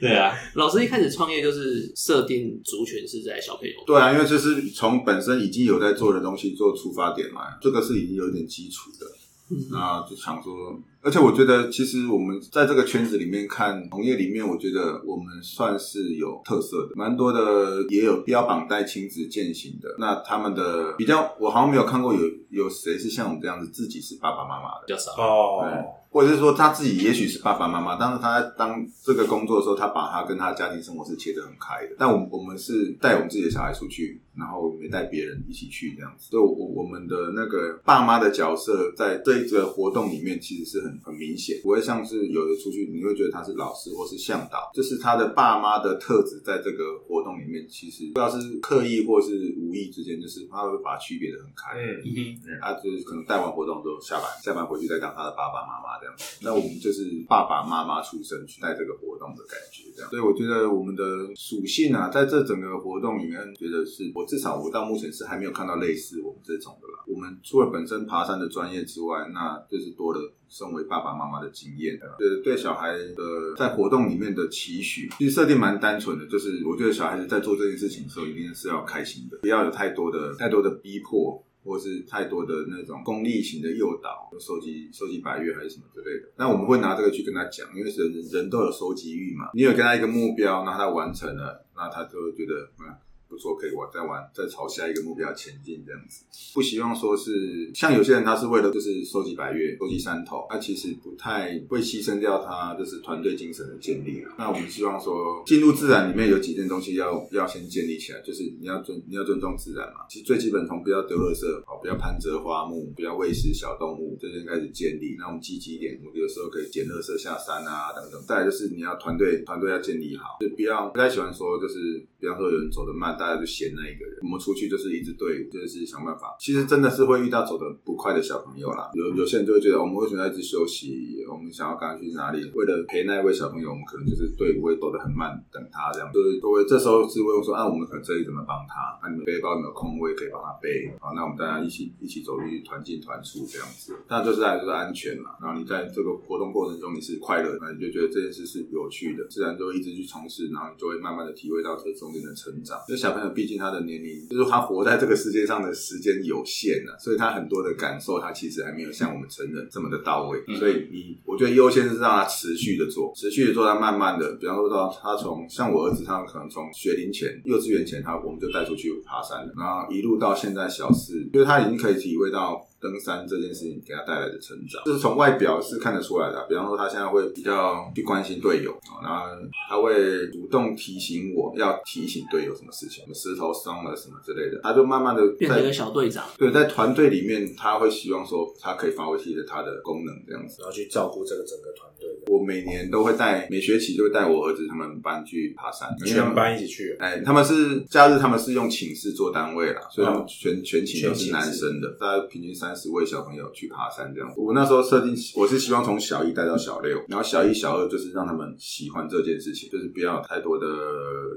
Speaker 1: 对啊，
Speaker 3: 老师一开始创业就是设定族群是在小朋友，
Speaker 2: 对啊，因为这是从本身已经有在做的东西做出发点嘛，这个是已经有点基础的。
Speaker 3: 嗯，
Speaker 2: 那就想说，而且我觉得，其实我们在这个圈子里面看同业里面，我觉得我们算是有特色的，蛮多的也有标榜带亲子践行的。那他们的比较，我好像没有看过有有谁是像我们这样子，自己是爸爸妈妈的。
Speaker 1: 比较少。
Speaker 7: 哦，
Speaker 2: 或者是说他自己也许是爸爸妈妈，但是他在当这个工作的时候，他把他跟他家庭生活是切得很开的。但我我们是带我们自己的小孩出去，然后我们也带别人一起去这样子。所以我，我我们的那个爸妈的角色在这个活动里面其实是很很明显，不会像是有的出去你会觉得他是老师或是向导，就是他的爸妈的特质在这个活动里面，其实不知道是刻意或是无意之间，就是他会把它区别的很开。
Speaker 7: 嗯，
Speaker 1: 嗯
Speaker 2: 啊，就是可能带完活动之后下班，下班回去再当他的爸爸妈妈这样子。那我们就是爸爸妈妈出身去带这个活动的感觉，这样。所以我觉得我们的属性啊，在这整个活动里面，觉得是我至少我到目前是还没有看到类似我们这种的啦。我们除了本身爬山的专业之外，那就是多了。身为爸爸妈妈的经验，对对小孩的在活动里面的期许，其实设定蛮单纯的，就是我觉得小孩子在做这件事情的时候，一定是要开心的，不要有太多的太多的逼迫，或是太多的那种功利型的诱导，收集收集百越还是什么之类的。那我们会拿这个去跟他讲，因为人人都有收集欲嘛。你有跟他一个目标，那他完成了，那他就会觉得嗯。不错，可以玩，再玩，再朝下一个目标前进，这样子。不希望说是像有些人，他是为了就是收集百越、收集山头，他其实不太会牺牲掉他就是团队精神的建立啊。那我们希望说，进入自然里面有几件东西要要先建立起来，就是你要尊你要尊重自然嘛。其实最基本从不要丢垃圾，哦，不要攀折花木，不要喂食小动物，这些开始建立。那我们积极一点，我们有时候可以捡垃圾下山啊等等。再来就是你要团队团队要建立好，就不要不太喜欢说就是比方说有人走得慢，大家就嫌那一个人。我们出去就是一支队伍，就是想办法。其实真的是会遇到走得不快的小朋友啦。有有些人就会觉得，我们为什么要一直休息？我们想要赶快去哪里？为了陪那一位小朋友，我们可能就是队伍会走得很慢，等他这样。就是都会这时候是会说，啊，我们可能这里怎么帮他？啊那、你们背包有没有空位可以帮他背？好，那我们大家一起一起走去团进团出这样子。那就是来就是安全嘛。然后你在这个活动过程中你是快乐的，那你就觉得这件事是有趣的，自然就会一直去从事，然后你就会慢慢的体会到这中间的成长。因为小朋友毕竟他的年龄，就是他活在这个世界上的时间有限啊，所以他很多的感受他其实还没有像我们成人这么的到位。
Speaker 1: 嗯
Speaker 2: 所以你，我觉得优先是让他持续的做，持续的做，他慢慢的，比方说到他从像我儿子，他可能从学龄前、幼稚园前，他我们就带出去爬山了，然后一路到现在小四，就是他已经可以体会到登山这件事情给他带来的成长，就是从外表是看得出来的啊。比方说，他现在会比较去关心队友，哦然后他会主动提醒我要提醒队友什么事情，什么石头松了什么之类的，他就慢慢的
Speaker 3: 变成一个小队长，
Speaker 2: 对，在团队里面，他会希望说他可以发挥自己的他的功能这样子。
Speaker 7: 然后去照顾这个整个团队的，
Speaker 2: 我每年都会带，每学期就会带我儿子他们班去爬山，
Speaker 7: 全班一起去。
Speaker 2: 哎，他们是假日，他们是用寝室做单位啦，所以他们全、哦全寝都是男生的，大概平均三十位小朋友去爬山这样。我那时候设定，我是希望从小一带到小六，然后小一、小二就是让他们喜欢这件事情，就是不要有太多的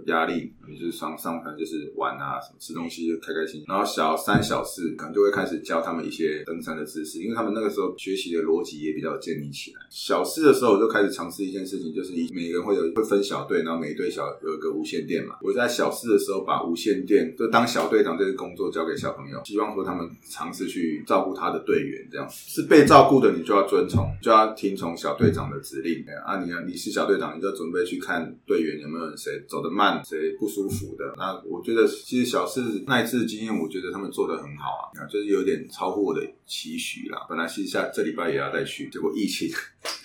Speaker 2: 压力，也就是上上山就是玩啊，什么吃东西就开开心心。然后小三、小四可能就会开始教他们一些登山的知识，因为他们那个时候学习的逻辑也比较建立起来。小四的时候，我就开始尝试一件事情，就是以每个人会有会分小队，然后每一队小有一个无线电嘛。我在小四的时候，把无线电就当小队长这个工作交给小朋友，希望说他们尝试去照顾他的队员，这样是被照顾的，你就要遵从，就要听从小队长的指令。哎啊，你要你是小队长，你就要准备去看队员有没有人谁走得慢，谁不舒服的。那我觉得其实小四那一次的经验，我觉得他们做得很好啊，啊就是有点超乎我的期许啦。本来是下这礼拜也要再去，结果疫情。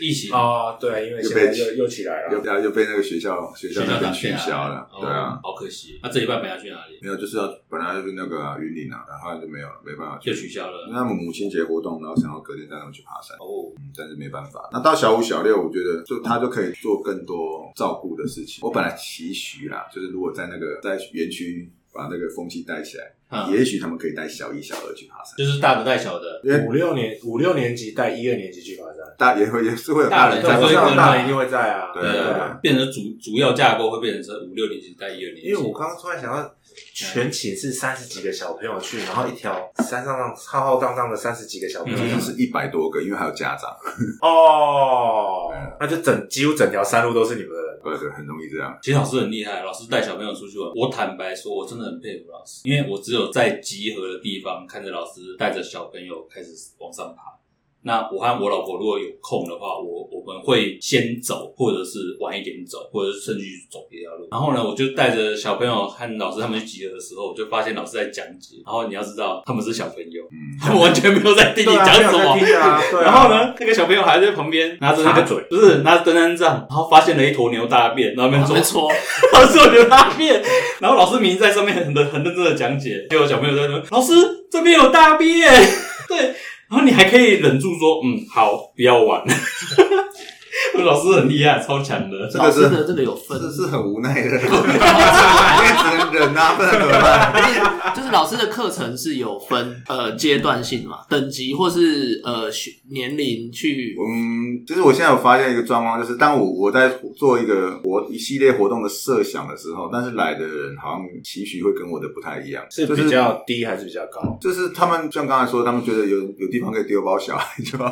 Speaker 1: 一起
Speaker 7: 哦，对，因为
Speaker 2: 又
Speaker 7: 现在
Speaker 2: 被
Speaker 7: 又又起来
Speaker 2: 又
Speaker 7: 了，
Speaker 2: 然后又被那个学校学校那边取消了，对啊
Speaker 1: 哦，，好可惜。那这礼拜本来要去哪里？
Speaker 2: 没有就是要本来就是那个啊云林啊，然后就没有了，没办法去
Speaker 1: 就。取消
Speaker 2: 因为
Speaker 1: 了。
Speaker 2: 他们母亲节活动，然后想要隔天带他们去爬山，
Speaker 1: 哦，
Speaker 2: 嗯但是没办法。那到小五、小六，我觉得就他就可以做更多照顾的事情。我本来期许啦，就是如果在那个在园区把那个风气带起来，
Speaker 1: 嗯，
Speaker 2: 也许他们可以带小一、小二去爬山，
Speaker 1: 就是大的带小的，
Speaker 2: 因为
Speaker 7: 五六年五六年级带一二年级去爬山，
Speaker 2: 大也会也是会有
Speaker 1: 大
Speaker 2: 大
Speaker 1: 人
Speaker 2: 人
Speaker 1: 在
Speaker 2: 在
Speaker 1: 会
Speaker 7: 我
Speaker 2: 我
Speaker 7: 知
Speaker 2: 知
Speaker 1: 跟
Speaker 7: 道
Speaker 2: 道
Speaker 7: 大
Speaker 2: 大
Speaker 7: 人一
Speaker 2: 人
Speaker 7: 定会在啊，
Speaker 2: 对
Speaker 1: 对
Speaker 7: 啊
Speaker 1: 啊，变成主主要架构会变成是五六年级带一二年级，
Speaker 7: 因为我刚刚突然想到，全寝室三十几个小朋友去，然后一条山上上浩浩荡荡的三十几个小
Speaker 1: 嗯
Speaker 7: 朋友，
Speaker 2: 好像是一百多个，因为还有家长，
Speaker 7: 哦，那就整几乎整条山路都是你们的人，
Speaker 2: 呃对对，很容易这样。
Speaker 1: 其实老师很厉害，老师带小朋友出去玩，我坦白说，我真的很佩服老师，因为我只有在集合的地方看着老师带着小朋友开始往上爬。那我和我老婆如果有空的话，我我们会先走，或者是晚一点走，或者是甚至去走别条路。然后呢，我就带着小朋友和老师他们去集合的时候，我就发现老师在讲解。然后你要知道，他们是小朋友，他
Speaker 7: 嗯
Speaker 1: 们完全没有在听你
Speaker 7: 对啊
Speaker 1: 讲什
Speaker 7: 没有
Speaker 1: 么
Speaker 7: 在。听啊， 对啊
Speaker 1: 然后？呢，那个小朋友还在旁边拿着那个
Speaker 7: 插嘴，
Speaker 1: 不是拿着登山杖，然后发现了一坨牛大便，然后在那
Speaker 7: 啊
Speaker 1: 边
Speaker 3: 怎
Speaker 1: 说
Speaker 3: 么 搓？
Speaker 1: 老师我牛大便，然后老师明明在上面很认很认真的讲解，结果小朋友在那边老师这边有大便， 对，然后你还可以忍住说嗯好不要玩， 我老师很厉害，超强的，
Speaker 2: 这个是
Speaker 3: 老师的这个有分，
Speaker 2: 这是很无奈的，因为 只能忍啊，不然怎么办？
Speaker 3: 就是老师的课程是有分呃阶段性嘛，等级或是呃学年龄去
Speaker 2: 嗯，就是我现在有发现一个状况，就是当我我在做一个活一系列活动的设想的时候，但是来的人好像期许会跟我的不太一样，
Speaker 7: 是
Speaker 2: 就是
Speaker 7: 比较低还是比较高？
Speaker 2: 就是他们像刚才说，他们觉得有有地方可以丢包小孩， 就
Speaker 7: 哦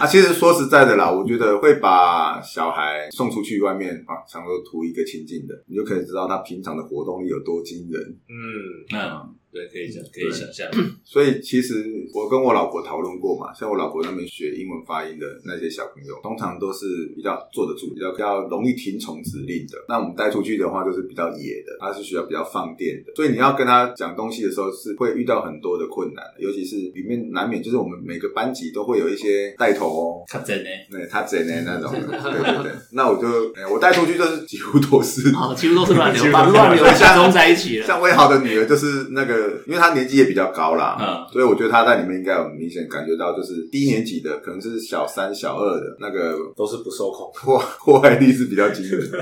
Speaker 2: 啊，其实说实在的啦，我觉得会把小孩送出去外面啊，想说图一个亲近的，你就可以知道他平常的活动力有多惊人。
Speaker 7: 嗯，
Speaker 1: 嗯，对，可以想可以想象，
Speaker 2: 所以其实我跟我老婆讨论过嘛，像我老婆那边学英文发音的那些小朋友，通常都是比较坐得住、比较比较容易听从指令的。那我们带出去的话，就是比较野的，他是需要比较放电的。所以你要跟他讲东西的时候，是会遇到很多的困难的，尤其是里面难免就是我们每个班级都会有一些带头哦。
Speaker 1: 看真呢，
Speaker 2: 对，他贼呢那种的，对对对，那我就，哎、我带出去就是几乎都是
Speaker 3: 啊，几乎都是乱
Speaker 7: 几
Speaker 3: 流，
Speaker 7: 乎
Speaker 3: 把
Speaker 7: 都是
Speaker 3: 乱流
Speaker 2: 乱流
Speaker 3: 集中在一起了。
Speaker 2: 像威豪的女儿就是那个个，因为他年纪也比较高啦，
Speaker 1: 嗯
Speaker 2: 所以我觉得他在里面应该有明显感觉到，就是低年级的，可能是小三、小二的那个
Speaker 7: 都是不受控。
Speaker 2: 破破坏力是比较惊人的。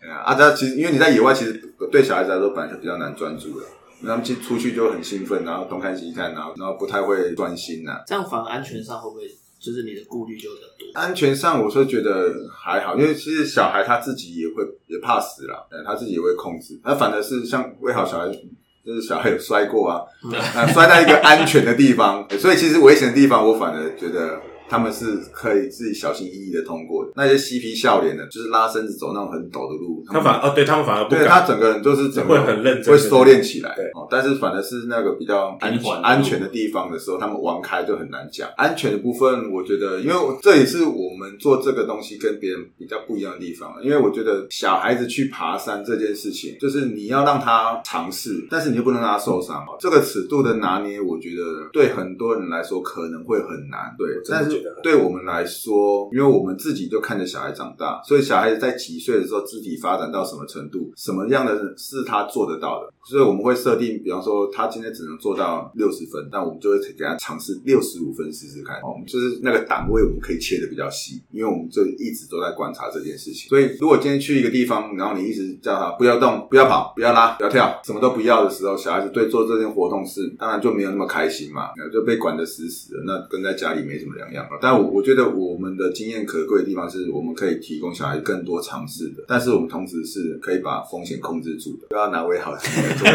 Speaker 2: 对啊，啊，这其实因为你在野外，其实对小孩子来说本来就比较难专注的，因为他们其实出去就很兴奋，然后东看西看，然后然后不太会专心啊呐、
Speaker 3: 这样反而安全上会不会就是你的顾虑就比较多？
Speaker 2: 安全上，我是觉得还好，因为其实小孩他自己也会也怕死啦，呃他自己也会控制。那反而是像威好小孩，就是小孩有摔过啊，啊摔在一个安全的地方， 所以其实危险的地方，我反而觉得他们是可以自己小心翼翼的通过的。那些嬉皮笑脸的，就是拉伸子走那种很陡的路，
Speaker 7: 他反而哦，对他们反而不
Speaker 2: 对他
Speaker 7: 敢。
Speaker 2: 整个人就是整个
Speaker 7: 会很认真
Speaker 2: 会收敛起来。
Speaker 7: 对
Speaker 2: 哦，但是反而是那个比较安
Speaker 1: 平
Speaker 2: 全
Speaker 1: 缓的路
Speaker 2: 安全的地方的时候，他们玩开就很难讲。安全的部分，我觉得，因为我这也是我们做这个东西跟别人比较不一样的地方。因为我觉得小孩子去爬山这件事情，就是你要让他尝试，但是你又不能让他受伤。哦这个尺度的拿捏，我觉得对很多人来说可能会很难。对
Speaker 7: 我，真的
Speaker 2: 但
Speaker 7: 觉
Speaker 2: 是
Speaker 7: 得很
Speaker 2: 对我们来说，因为我们自己就看着小孩长大，所以小孩子在几岁的时候，肢体发展到什么程度，什么样的是他做得到的，所以我们会设定，比方说他今天只能做到六十分，那我们就会给他尝试六十五分试试看。哦，我们就是那个档位，我们可以切的比较细，因为我们就一直都在观察这件事情。所以如果今天去一个地方，然后你一直叫他不要动、不要跑、不要拉、不要跳，什么都不要的时候，小孩子对做这件活动是当然就没有那么开心嘛，呃就被管得死死的，那跟在家里没什么两样。但我我觉得我们的经验可贵的地方是，我们可以提供小孩更多尝试的，但是我们同时是可以把风险控制住的，不要拿为好心来做。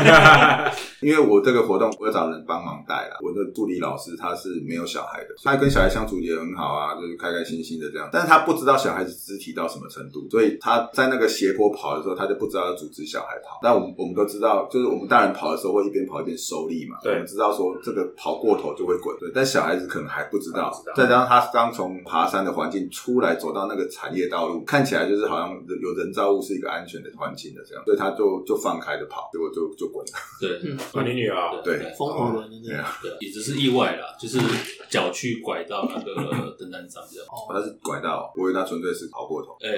Speaker 2: 因为我这个活动，我找人帮忙带啦。我的助理老师他是没有小孩的，他跟小孩相处也很好啊，就是开开心心的这样。但是他不知道小孩子肢体到什么程度，所以他在那个斜坡跑的时候，他就不知道要组织小孩跑。但我们我们都知道，就是我们大人跑的时候会一边跑一边收力嘛，
Speaker 7: 对
Speaker 2: 我们知道说这个跑过头就会滚，对。但小孩子可能还不知道
Speaker 7: 还不知道，
Speaker 2: 再加上他刚从爬山的环境出来，走到那个产业道路，看起来就是好像有人造物是一个安全的环境的这样，所以他就就放开的跑，结果就就滚了。
Speaker 1: 对
Speaker 3: 嗯，
Speaker 7: 哦，你女儿啊，
Speaker 2: 对
Speaker 3: 风火轮的那
Speaker 2: 对
Speaker 3: 个
Speaker 2: 啊
Speaker 1: 对，也只是意外啦，就是脚去拐到那个登山杖这样。
Speaker 2: 哦他是拐到，我以为他纯粹是跑过头。
Speaker 1: 呃，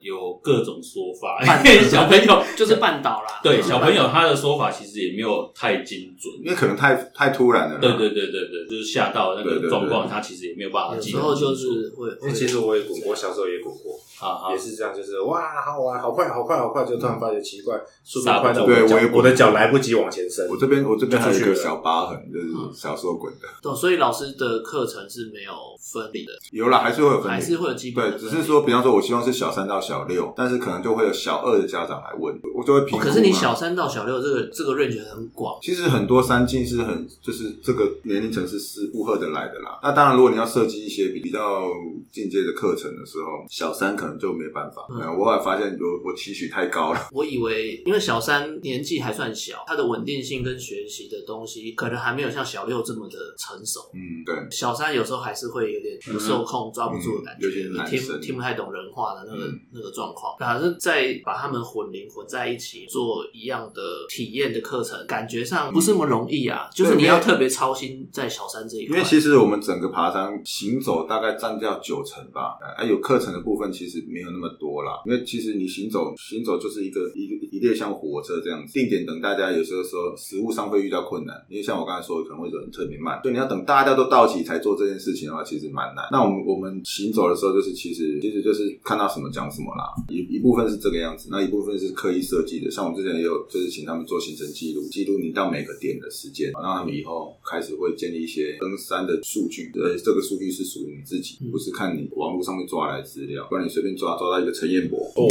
Speaker 1: 有各种说法，
Speaker 3: 半
Speaker 1: 因为 小朋友
Speaker 2: 嗯
Speaker 3: 就是绊倒啦。
Speaker 1: 对小朋友他的说法其实也没有太精准。
Speaker 2: 因为可能太太突然了啦，
Speaker 1: 对对对对对，就是吓到那
Speaker 2: 对对
Speaker 1: 个
Speaker 2: 对
Speaker 1: 状况，他其实也没有办法
Speaker 3: 有
Speaker 1: 记
Speaker 3: 时
Speaker 1: 得
Speaker 3: 候
Speaker 1: 清楚。
Speaker 3: 就是会，
Speaker 7: 因为其实我也滚过，小时候也滚过，
Speaker 1: 啊啊
Speaker 7: 也，是这样，就是哇，好玩，好快，好快，好快，就突然发觉奇怪，速度
Speaker 1: 刹不
Speaker 7: 快到
Speaker 1: 住
Speaker 7: 我的
Speaker 2: 对
Speaker 7: 脚
Speaker 2: 我也滚
Speaker 7: 我的脚来不及往前伸。
Speaker 2: 我这边我这边还有一
Speaker 7: 就
Speaker 2: 个
Speaker 7: 出去了
Speaker 2: 小疤痕，
Speaker 3: 嗯
Speaker 2: 就是小时候滚的，
Speaker 3: 对，所以老师的课程是没有分离的，
Speaker 2: 有啦，还是会有分
Speaker 3: 还
Speaker 2: 离
Speaker 3: 是会有基本
Speaker 2: 对，
Speaker 3: 的分哦
Speaker 2: 只
Speaker 3: 离。
Speaker 2: 是说，比方说，我希望是小三到小六，但是可能就会有小二的家长来问，我就会评
Speaker 3: 哦，
Speaker 2: 估、嘛。
Speaker 3: 可是你小三到小六这个这个 range 很广，
Speaker 2: 其实很多三进是很就是这个年龄层是是负荷得来的啦。那当然，如果你要设计一些比比较进阶的课程的时候，小三可能就没办法。
Speaker 3: 嗯
Speaker 2: 嗯、我后来发现我我期许太高了，
Speaker 3: 我以为因为小三年纪还算小，他的稳定性跟学习的东西可能还没有像小六这么的成熟。
Speaker 2: 嗯，对。
Speaker 3: 小三有时候还是会有点不受控、抓不住的感
Speaker 2: 嗯
Speaker 3: 觉，
Speaker 2: 尤其是男
Speaker 3: 听
Speaker 2: 生
Speaker 3: 听不太懂人话的那个、
Speaker 2: 嗯
Speaker 3: 那个状况。反正再把他们混龄混在一起做一样的体验的课程，感觉上不是那么容易啊。就是你要特别操心在小三这一
Speaker 2: 因
Speaker 3: 块，
Speaker 2: 为其实我们整个爬山行走大概占掉九成吧，哎、有课程的部分其实没有那么多啦。因为其实你行走行走就是一个一个一列像火车这样子，定点等大家有时候说食物上会遇到困难，因为像我刚才说的可能会走得特别慢，所以你要等大家都到齐才做这件事情的话，其实蛮难。那我们我们行走的时候就是其实其实就是看到什么讲什么啦，一一部分是这个样子，那一部分是刻意设计的。像我们之前也有就是请他们做行程记录，记录你到每个点的时间，让他们以后开始会建立一些登山的数据。呃，这个数据是属于你自
Speaker 7: 嗯
Speaker 2: 己，不是看你网络上面抓来的资料，不然你随便抓抓到一个陈彦博，
Speaker 7: 哦，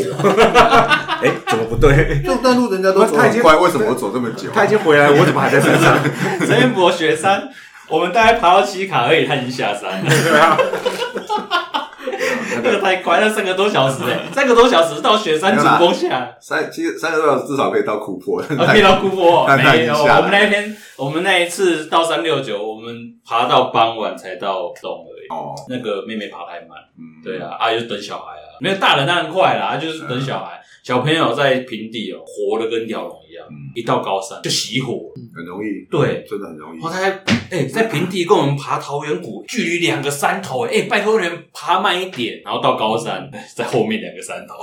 Speaker 7: 哎，怎么不对？
Speaker 2: 这段路人家
Speaker 7: 都
Speaker 2: 都
Speaker 7: 走
Speaker 2: 走
Speaker 7: 很
Speaker 2: 很
Speaker 7: 快
Speaker 2: 快，为什么我走这么久？啊
Speaker 7: 他已经回来，我怎么还在山上？
Speaker 1: 陈彦博雪山，我们大概爬到七卡而已，他已经下山了。
Speaker 2: 啊
Speaker 1: 那个太快，那三个多小时哎，三个多小时到雪山主峰下，
Speaker 2: 三其实三个多小时至少可以到库坡，
Speaker 1: 啊，可以到姑婆。
Speaker 2: 那那已
Speaker 1: 没
Speaker 2: 经
Speaker 1: 有，
Speaker 2: 下来
Speaker 1: 我们那一天，我们那一次到三六九，我们爬到傍晚才到洞而已。
Speaker 2: 哦，
Speaker 1: 那个妹妹爬太慢，
Speaker 2: 嗯
Speaker 1: 对，啊，啊就等小孩啊，没有大人当然快啦，啊就是等小孩。小朋友在平地哦，活的跟条龙一样，
Speaker 2: 嗯
Speaker 1: 一到高山就熄火，
Speaker 2: 很容易，
Speaker 1: 对
Speaker 2: 真的很容易
Speaker 1: 我。才哎、在平地跟我们爬桃源谷，距离两个山头，哎、拜托你们爬慢一点，然后到高山， 在后面两个山头，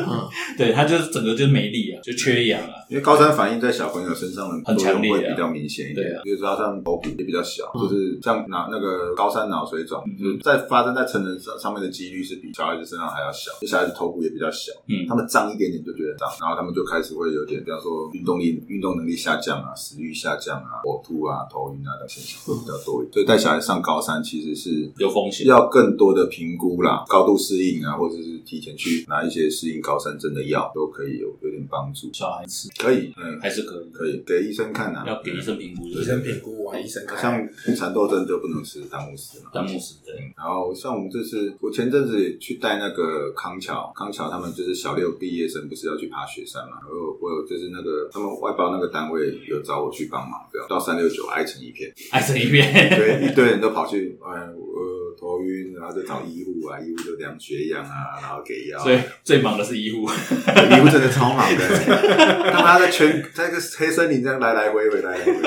Speaker 3: 嗯，
Speaker 1: 对他就是整个就是没力啊，就缺氧啊，
Speaker 2: 因为高山反应在小朋友身上的
Speaker 1: 很
Speaker 2: 作
Speaker 1: 强
Speaker 2: 用
Speaker 1: 烈啊
Speaker 2: 会比较明显一点
Speaker 1: 对啊，
Speaker 2: 比如说像头骨也比较小，
Speaker 3: 嗯
Speaker 2: 就是像脑那个高山脑水
Speaker 1: 嗯
Speaker 2: 肿，就是在发生在成人上上面的几率是比小孩子身上还要小，因为小孩子头骨也比较小，
Speaker 1: 嗯
Speaker 2: 他们胀一点点就觉得胀，然后他们就开始会有点，比方说运动力、运动能力下降啊，食欲下降啊，呕吐啊、头晕啊等现象会比较多一点。所以带小孩上高山其实是
Speaker 1: 有风险。
Speaker 2: 要更多的评估啦，高度适应啊，或者是提前去拿一些适应高山症的药，都可以有有点帮助。
Speaker 1: 小孩子
Speaker 2: 可以，嗯，
Speaker 1: 还是可以，
Speaker 2: 可以给医生看啊，
Speaker 1: 要给医生评估，
Speaker 7: 医生评估完，医生
Speaker 2: 嗯。
Speaker 7: 看，
Speaker 2: 像蚕豆症就不能吃丹木斯嘛，
Speaker 1: 詹姆斯对，
Speaker 2: 然后像我们这次，我前阵子也去带那个康桥，康桥他们就是小六毕业生，不是要去爬雪山嘛？我有我有就是那个他们外包那个单位有找我去帮忙，这啊样到三六九挨成一片，
Speaker 1: 爱这一遍，
Speaker 2: 对，一堆人都跑去，哎，我头晕，然后就找医护啊，医护就量血氧啊，然后给药啊、
Speaker 1: 所以最忙的是医护，
Speaker 2: 对医护真的超忙的，当他在全在一个黑森林这样来来回回来来回回，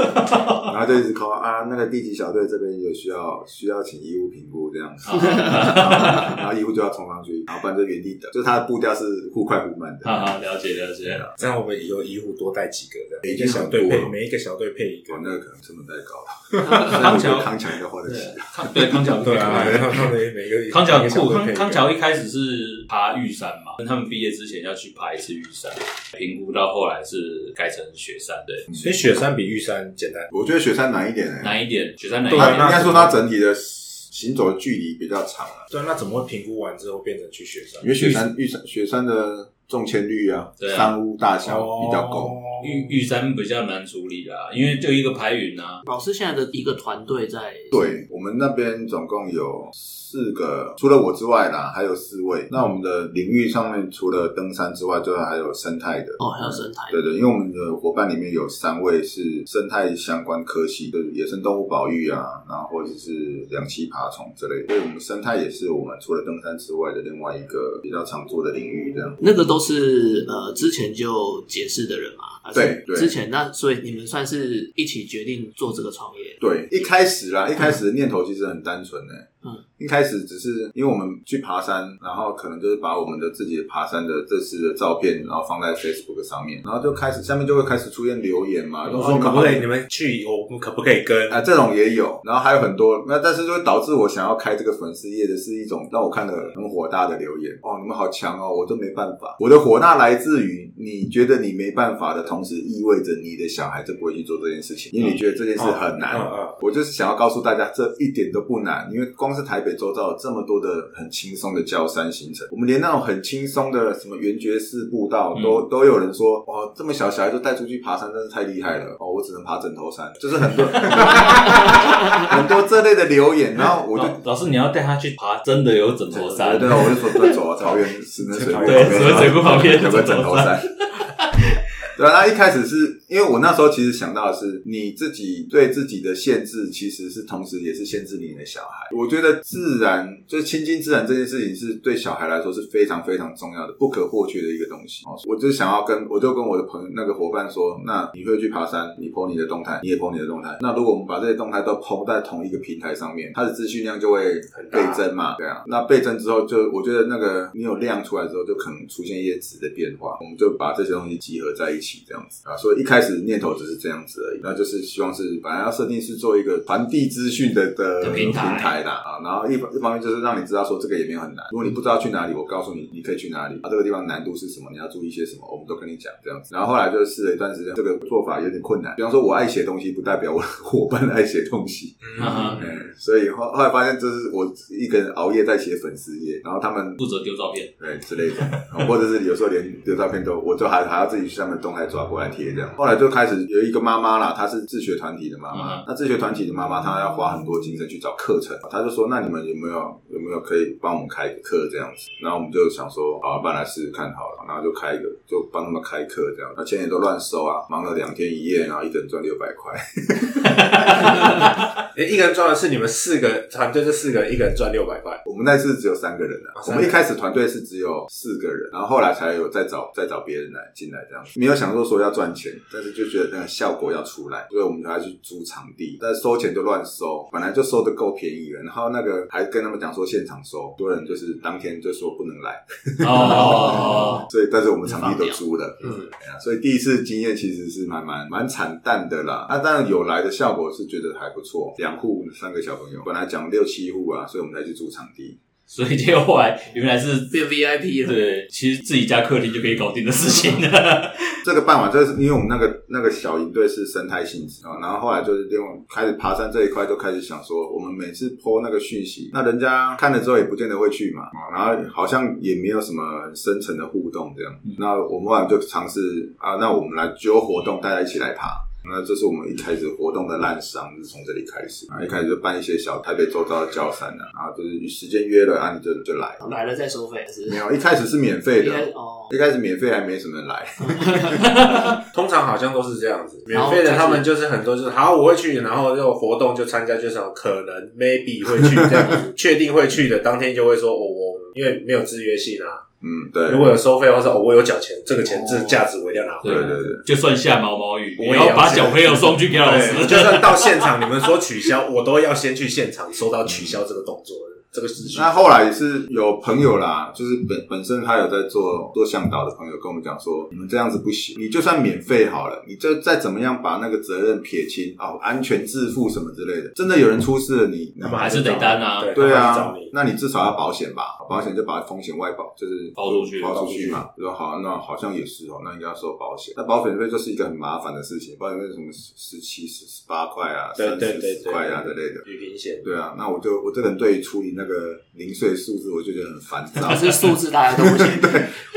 Speaker 2: 然后就一直 call 啊，那个地级小队这边有需要需要请医务评估这样子，
Speaker 1: 啊
Speaker 2: 然后医护就要冲上去，然后不然就原地等，就是他的步调是忽快忽慢的。
Speaker 1: 哈哈，了解了解，
Speaker 7: 这样我们以后医护多带几个，这样每一
Speaker 2: 经
Speaker 7: 个
Speaker 2: 很
Speaker 7: 小队
Speaker 2: 多
Speaker 7: 配
Speaker 2: 了
Speaker 7: 每一个小队配一个
Speaker 2: 哦，，那个可能成本太高了，
Speaker 1: 康
Speaker 2: 虽然
Speaker 1: 桥
Speaker 2: 我觉得康桥应该花得起
Speaker 1: 对。康对康桥
Speaker 7: 对啊，然后每每个
Speaker 1: 康桥很
Speaker 7: 每个小
Speaker 1: 酷，
Speaker 7: 队
Speaker 1: 康
Speaker 7: 配一个
Speaker 1: 康桥一开始是爬玉山嘛，他们毕业之前要去爬一次玉山，评估到后来是改成雪山，对，
Speaker 7: 所以雪山比玉山简单，
Speaker 2: 我觉得雪山难一点哎、欸，
Speaker 1: 难一点，雪山难一
Speaker 7: 对啊
Speaker 1: 点，
Speaker 2: 应该说它整体的行走的距离比较长啊，
Speaker 7: 对啊，那怎么会评估完之后变成去雪山
Speaker 2: 因？为雪山玉山雪山的中签率啊，
Speaker 1: 对啊
Speaker 2: 山屋大小比较高。
Speaker 7: 哦
Speaker 1: 玉玉山比较难处理啦，因为就一个排云啊，
Speaker 3: 老师现在的一个团队在，
Speaker 2: 对我们那边总共有四个，除了我之外啦，还有四位。那我们的领域上面除了登山之外，就还有生态的。
Speaker 3: 哦，还有生态，
Speaker 2: 嗯对对，因为我们的伙伴里面有三位是生态相关科系，就是野生动物保育啊，然后或者是两栖爬虫之类的。所以我们生态也是我们除了登山之外的另外一个比较常做的领域，这样。
Speaker 3: 那个都是呃之前就解释的人嘛，还是
Speaker 2: 对对
Speaker 3: 之前那所以你们算是一起决定做这个创业，
Speaker 2: 对，一开始啦，一开始的念头其实很单纯呢、
Speaker 3: 嗯，
Speaker 2: 一开始只是因为我们去爬山，然后可能就是把我们的自己的爬山的这次的照片，然后放在 Facebook 上面，然后就开始下面就会开始出现留言嘛，都
Speaker 7: 我
Speaker 2: 说
Speaker 7: 说可
Speaker 2: 搞
Speaker 7: 不可哦以你哎们去，我们可不可以跟
Speaker 2: 啊，这种也有，然后还有很多，那但是就会导致我想要开这个粉丝页的是一种让我看得很火大的留言哦，你们好强哦，我都没办法。我的火大来自于你觉得你没办法的同时，意味着你的小孩就不会去做这件事情，因为你觉得这件事很难。
Speaker 7: 嗯嗯嗯
Speaker 2: 我就是想要告诉大家，这一点都不难，因为光是台北周遭有这么多的很轻松的郊山行程，我们连那种很轻松的什么圆觉寺步道
Speaker 7: 嗯
Speaker 2: 都、都有人说，哦，这么小小孩就带出去爬山，真是太厉害了。哦，我只能爬枕头山，就是很多很多这类的留言，然后我就。
Speaker 1: 老老师你要带他去爬真的有枕头山，
Speaker 2: 对啊，我就说对，走啊， 桃园石门水库旁
Speaker 1: 对
Speaker 2: 边，
Speaker 1: 石门水库旁边
Speaker 2: 有个枕头山。 对啊，那一开始是因为我那时候其实想到的是，你自己对自己的限制，其实是同时也是限制你的小孩。我觉得自然就是亲近自然这件事情，是对小孩来说是非常非常重要的、不可或缺的一个东西。哦，我就想要跟我就跟我的朋友那个伙伴说，那你会去爬山，你 po 你的动态，你也 po 你的动态。那如果我们把这些动态都 po 在同一个平台上面，它的资讯量就会
Speaker 7: 很
Speaker 2: 倍
Speaker 7: 大
Speaker 2: 增嘛，对啊。那倍增之后就，我觉得那个你有量出来之后，就可能出现一些值的变化，我们就把这些东西集合在一起，这样子啊。所以一开始念头只是这样子而已，那就是希望是本来要设定是做一个传递资讯的的
Speaker 1: 的平台
Speaker 2: 啦啊，然后一方一方面就是让你知道说这个也没有很难，如果你不知道去哪里，我告诉你你可以去哪里，啊，这个地方难度是什么，你要注意一些什么，我们都跟你讲这样子。然后后来就试了一段时间，这个做法有点困难，比方说我爱写东西，不代表我的伙伴爱写东西。
Speaker 1: 哈哈
Speaker 2: 嗯， 所以后后来发现，这是我一个人熬夜在写粉丝页，然后他们
Speaker 1: 负责丢照片，
Speaker 2: 对之类的， 然后或者是有时候连丢照片都，我就还还要自己去上面动态抓过来贴这样。后来就开始有一个妈妈啦，她是自学团体的妈妈，
Speaker 1: 嗯
Speaker 2: 那自学团体的妈妈她要花很多精神去找课程，她就说那你们有没有有没有可以帮我们开一个课这样子？然后我们就想说啊，不然来试试看好了，然后就开一个，就帮他们开课这样。那钱也都乱收啊，忙了两天一夜，然后一个人赚六百块。
Speaker 7: 诶一个人赚的是你们四个团队，这四个人一个人赚六百块，
Speaker 2: 我们那次只有三个人啊
Speaker 7: 啊，
Speaker 2: 我
Speaker 7: 三个
Speaker 2: 们一
Speaker 7: 人
Speaker 2: 开始团队是只有四个人，然后后来才有再找再找别人来进来这样，没有想说说要赚钱，但但是就觉得那个效果要出来，所以我们才去租场地，但收钱就乱收，本来就收的够便宜了，然后那个还跟他们讲说现场收，很多人就是当天就说不能来，
Speaker 1: 哦，
Speaker 2: 所以但是我们场地都租了，
Speaker 3: 嗯，
Speaker 2: 对啊所以第一次经验其实是蛮蛮蛮惨淡的啦。那、当然有来的效果是觉得还不错，两户三个小朋友，本来讲六七户啊，所以我们才去租场地，
Speaker 1: 所以结果后来原来是
Speaker 3: 变 VIP 了。
Speaker 1: 对，其实自己家客厅就可以搞定的事情了。
Speaker 2: 这个办法就是因为我们那个那个小营队是生态性质啊，然后后来就是另外开始爬山这一块就开始想说，我们每次 po 那个讯息，那人家看了之后也不见得会去嘛，啊然后好像也没有什么很深层的互动这样。
Speaker 7: 嗯
Speaker 2: 那我们后来就尝试啊，那我们来揪活动，大家一起来爬。那这是我们一开始活动的烂伤，就是从这里开始啊，一开始就办一些小台北周遭的教山啊，然后就是时间约了啊，你就就来，
Speaker 3: 来了再收费，还是
Speaker 2: 没有一开始是免费
Speaker 3: 应该
Speaker 2: 的，
Speaker 3: 哦，
Speaker 2: 一开始免费还没什么人来，
Speaker 7: 通常好像都是这样子，免
Speaker 3: 然后
Speaker 7: 费的
Speaker 3: 开始
Speaker 7: 他们就是很多就是好我会去，然后就活动就参加，就是可能 maybe 会去这样子，确定会去的当天就会说，哦、我因为没有制约性啊，
Speaker 2: 嗯，对。
Speaker 7: 如果有收费或者、哦、我有缴钱，这个钱这
Speaker 3: 哦
Speaker 7: 价值我一定要拿回
Speaker 2: 对
Speaker 7: 来。
Speaker 2: 对对，
Speaker 1: 就算下毛毛雨，
Speaker 7: 我也
Speaker 1: 然后
Speaker 7: 要
Speaker 1: 把
Speaker 7: 下
Speaker 1: 小朋友送去给老师
Speaker 7: 对，。就算到现场，你们说取消，我都要先去现场收到取消这个动作的，这个是取消
Speaker 2: 那后来也是有朋友啦，就是本本身他有在做做向导的朋友跟我们讲说，你们这样子不行，你就算免费好了，你就再怎么样把那个责任撇清哦，安全自负什么之类的，真的有人出事了你，那
Speaker 7: 他们
Speaker 2: 么
Speaker 1: 还是得担啊
Speaker 7: 对，
Speaker 2: 对
Speaker 7: 他们还是找
Speaker 2: 啊
Speaker 7: 你，。
Speaker 2: 那你至少要保险吧，保险就把风险外保，就是
Speaker 1: 包出去
Speaker 2: 包出去嘛。就说好，那好像也是哦，那应该要收保险。那保险费就是一个很麻烦的事情，保险费什么十七、十十八块啊，
Speaker 7: 对
Speaker 2: 三
Speaker 7: 对
Speaker 2: 十
Speaker 7: 对
Speaker 2: 十
Speaker 7: 对
Speaker 2: 块啊之类的。
Speaker 7: 旅平险，
Speaker 2: 对啊，那我就我这个人对于处理那个零碎数字，我就觉得很烦躁
Speaker 3: 可，是数字大家都 不行，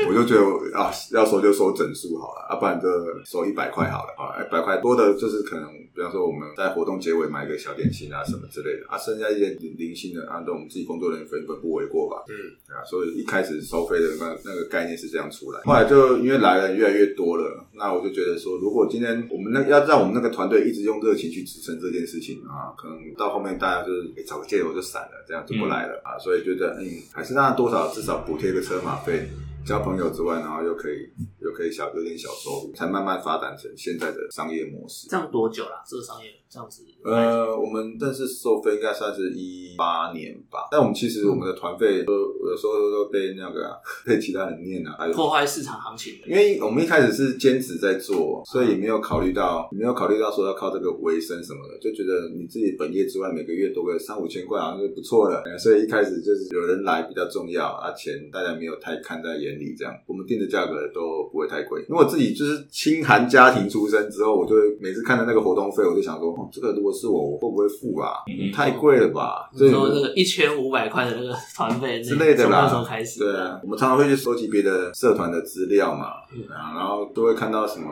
Speaker 2: 我就觉得我啊，要收就收整数好了，要、啊不然就收一百块好了啊，一百块多的就是可能，比方说我们在活动结尾买一个小点心啊什么之类的啊，剩下一些零零星的，啊按照我们自己工作人员分一分不为过吧。
Speaker 7: 嗯，
Speaker 2: 对啊，所以一开始收费的那那个概念是这样出来，后来就因为来的人越来越多了，那我就觉得说，如果今天我们那要让我们那个团队一直用热情去支撑这件事情啊，可能到后面大家就是、哎诶找个借口就散了，这样就不来了、啊，所以觉得嗯，还是让他多少至少补贴个车马费。交朋友之外，然后又可以又可以小有点小收入，才慢慢发展成现在的商业模式
Speaker 3: 这。样多久啦？这个商业这样子，
Speaker 2: 呃，我们正式收费应该算是一八年吧，但我们其实我们的团费都有时候都被那个啊、 被其他人念啊，还有
Speaker 3: 破坏市场行情的，
Speaker 2: 因为我们一开始是兼职在做，所以
Speaker 3: 嗯
Speaker 2: 也没有考虑到，没有考虑到说要靠这个维生什么的，就觉得你自己本业之外每个月多个三五千块好像就不错了，呃所以一开始就是有人来比较重要，啊钱大家没有太看在眼里，这样我们定的价格都不会太贵。因为我自己就是清寒家庭出身之后，我就会每次看到那个活动费，我就想说，哦，这个如果是我，我会不会付啊？
Speaker 1: 嗯
Speaker 2: 太贵了吧？所
Speaker 3: 你
Speaker 2: 以
Speaker 3: 说那个一千五百块的那个团费那
Speaker 2: 之类的
Speaker 3: 从
Speaker 2: 啦
Speaker 3: 那时候开始，
Speaker 2: 对啊，我们常常会去收集别的社团的资料嘛，
Speaker 3: 嗯
Speaker 2: 啊，然后都会看到什么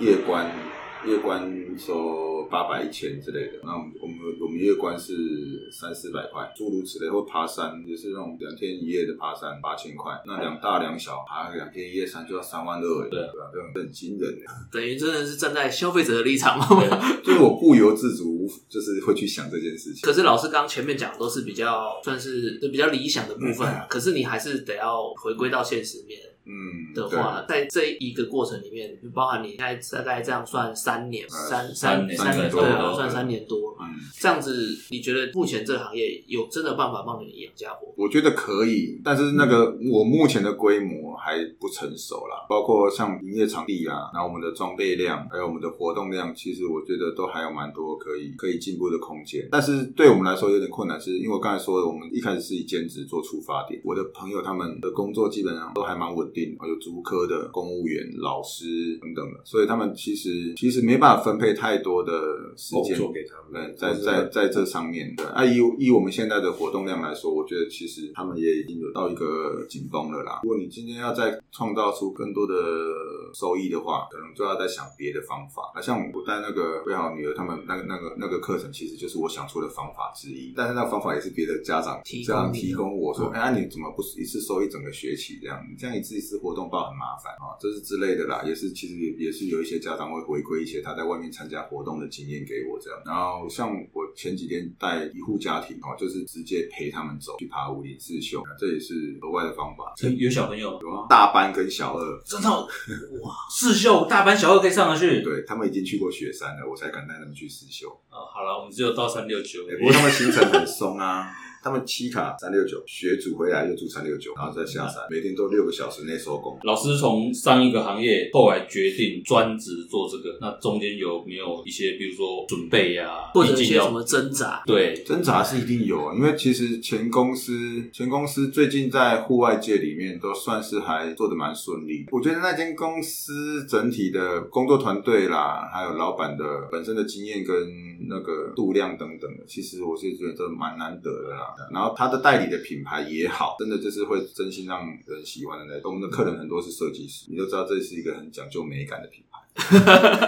Speaker 2: 夜观，夜观收八百一千之类的。那我们我们我们夜观是三四百块，诸如此类，或爬山也是那种两天一夜的爬山，八千块。那两大两小爬个两天一夜山就要三万二，
Speaker 3: 啊
Speaker 2: 对吧？这种很惊人的，
Speaker 3: 等于真的是站在消费者的立场嘛。
Speaker 2: 就是我不由自主，就是会去想这件事情
Speaker 3: 可。是老师刚前面讲的都是比较算是就比较理想的部分啊，可是你还是得要回归到现实面
Speaker 2: 嗯，
Speaker 3: 的
Speaker 2: 对。
Speaker 3: 话，在这一个过程里面，就包含你现在大概这样算三年，
Speaker 2: 呃
Speaker 3: 三
Speaker 1: 三年
Speaker 3: 三
Speaker 2: 三年
Speaker 3: 多
Speaker 2: 多
Speaker 3: 了，
Speaker 2: 了
Speaker 3: 算三年多嘛。
Speaker 2: 嗯，
Speaker 3: 这样子，你觉得目前这个行业有真的办法帮你养家活吗？
Speaker 2: 我觉得可以，但是那个
Speaker 7: 嗯
Speaker 2: 我目前的规模还不成熟啦，包括像营业场地啊，然后我们的装备量，还有我们的活动量，其实我觉得都还有蛮多可以可以进步的空间。但是对我们来说有点困难，是因为我刚才说的，我们一开始是以兼职做出发点。我的朋友他们的工作基本上都还蛮稳定，有足科的、公务员、老师等等的，所以他们其实其实没办法分配太多的时
Speaker 7: 工
Speaker 2: 间
Speaker 7: 作给他们
Speaker 2: 对，，在
Speaker 7: 或者
Speaker 2: 在在这上面的啊，以以我们现在的活动量来说，我觉得其实他们也已经有到一个紧绷了啦。如果你今天要再创造出更多的收益的话，可能就要再想别的方法。啊，像我带那个贝好女儿他们那个那个那个课程，其实就是我想出的方法之一，但是那个方法也是别的家长
Speaker 3: 提供
Speaker 2: 这样
Speaker 3: 你的
Speaker 2: 提供我说，哎、啊你怎么不一次收一整个学期这样？你这样一次丝活动报很麻烦啊、这是之类的啦，也是其实也也是有一些家长会回馈一些他在外面参加活动的经验给我这样。然后像我前几天带一户家庭哦，就是直接陪他们走去爬五林四秀，啊这也是额外的方法。
Speaker 1: 有有小朋友，
Speaker 2: 有啊，大班跟小二，
Speaker 1: 真的哇，四秀大班小二可以上得去。
Speaker 2: 对他们已经去过雪山了，我才敢带他们去四秀。
Speaker 1: 哦，好了，我们只有到三六九
Speaker 2: 哎，不过他们行程很松啊，他们七卡三六九，学组回来又住三六九，然后再下山，每天都六个小时内收工。
Speaker 1: 老师从上一个行业后来决定专职做这个，那中间有没有一些，比如说准备呀、啊，
Speaker 3: 或者一
Speaker 1: 毕竟
Speaker 3: 些
Speaker 1: 要
Speaker 3: 什 么挣扎，
Speaker 1: 对，
Speaker 2: 挣扎是一定有啊，因为其实前公司前公司最近在户外界里面都算是还做的蛮顺利。我觉得那间公司整体的工作团队啦，还有老板的本身的经验跟那个度量等等的，其实我是觉得蛮难得的啦。然后他的代理的品牌也好，真的就是会真心让人喜欢的那种。我们的客人很多是设计师，你就知道这是一个很讲究美感的品牌。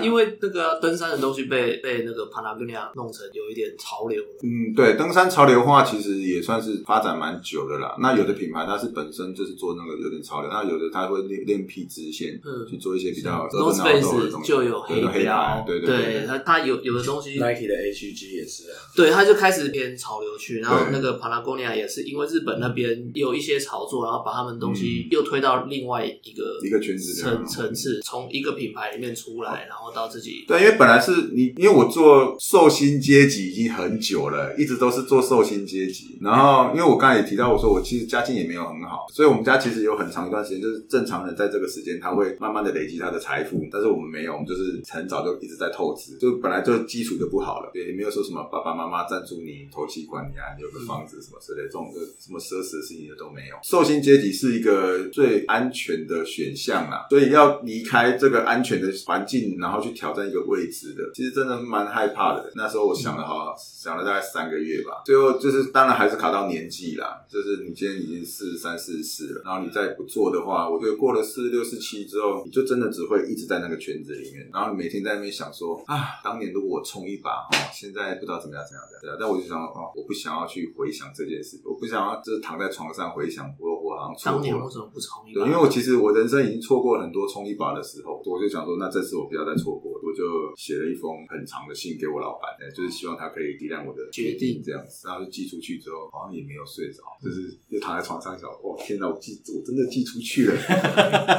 Speaker 3: 因为那个登山的东西被被那个帕拉格尼亚弄成有一点潮流了。
Speaker 2: 嗯，对，登山潮流化其实也算是发展蛮久的啦。那有的品牌它是本身就是做那个有点潮流，那有的它会练练辟支线，
Speaker 3: 嗯
Speaker 2: 去做一些比较
Speaker 3: No
Speaker 2: 折腾脑洞的
Speaker 3: Space
Speaker 2: 东西，
Speaker 3: 就有
Speaker 2: 黑
Speaker 3: 黑
Speaker 2: 白
Speaker 3: 标，，
Speaker 2: 对对
Speaker 3: 对，它它有有的东西，
Speaker 7: Nike 的 HG 也是啊，
Speaker 3: 对，它就开始偏潮流去，然后
Speaker 2: 对
Speaker 3: 那个帕拉格尼亚也是因为日本那边有一些炒作，然后把他们东
Speaker 2: 嗯
Speaker 3: 西又推到另外一个
Speaker 2: 一个圈子这样
Speaker 3: 层层次，从一个品牌里面出来，然后到自己
Speaker 2: 对，因为本来是你，因为我做寿星阶级已经很久了，一直都是做寿星阶级。然后，因为我刚才也提到，我说我其实家境也没有很好，所以我们家其实有很长一段时间，就是正常人在这个时间他会慢慢的累积他的财富，但是我们没有，我们就是很早就一直在透支，就本来就基础就不好了，对，也没有说什么爸爸妈妈赞助你投器官呀，你有个房子什么之类，这种的什么奢侈的事情也都没有。寿星阶级是一个最安全的选项啦，所以要离开这个安全的环境，然后去挑战一个未知的，其实真的蛮害怕的。那时候我想了哈，想了大概三个月吧，最后就是当然还是卡到年纪啦，就是你今天已经四十三、四十四了，然后你再不做的话，我觉得过了四六、四七之后，你就真的只会一直在那个圈子里面，然后你每天在那边想说啊，当年如果我冲一把哦，现在不知道怎么样怎么样的，对啊但我就想哦，我不想要去回想这件事，我不想要就是躺在床上回想我我好像错
Speaker 3: 当
Speaker 2: 过
Speaker 3: 年
Speaker 2: 了
Speaker 3: 为。什么不冲一把？
Speaker 2: 对，因为我其实我人生已经错过了很多冲一把的时候，我就想说，那这次我不要再错过了，我就写了一封很长的信给我老板，哎就是希望他可以体谅我的
Speaker 3: 决定
Speaker 2: 这样子。然后就寄出去之后，好像也没有睡着，就是就躺在床上想，哇，天哪，我寄我真的寄出去了。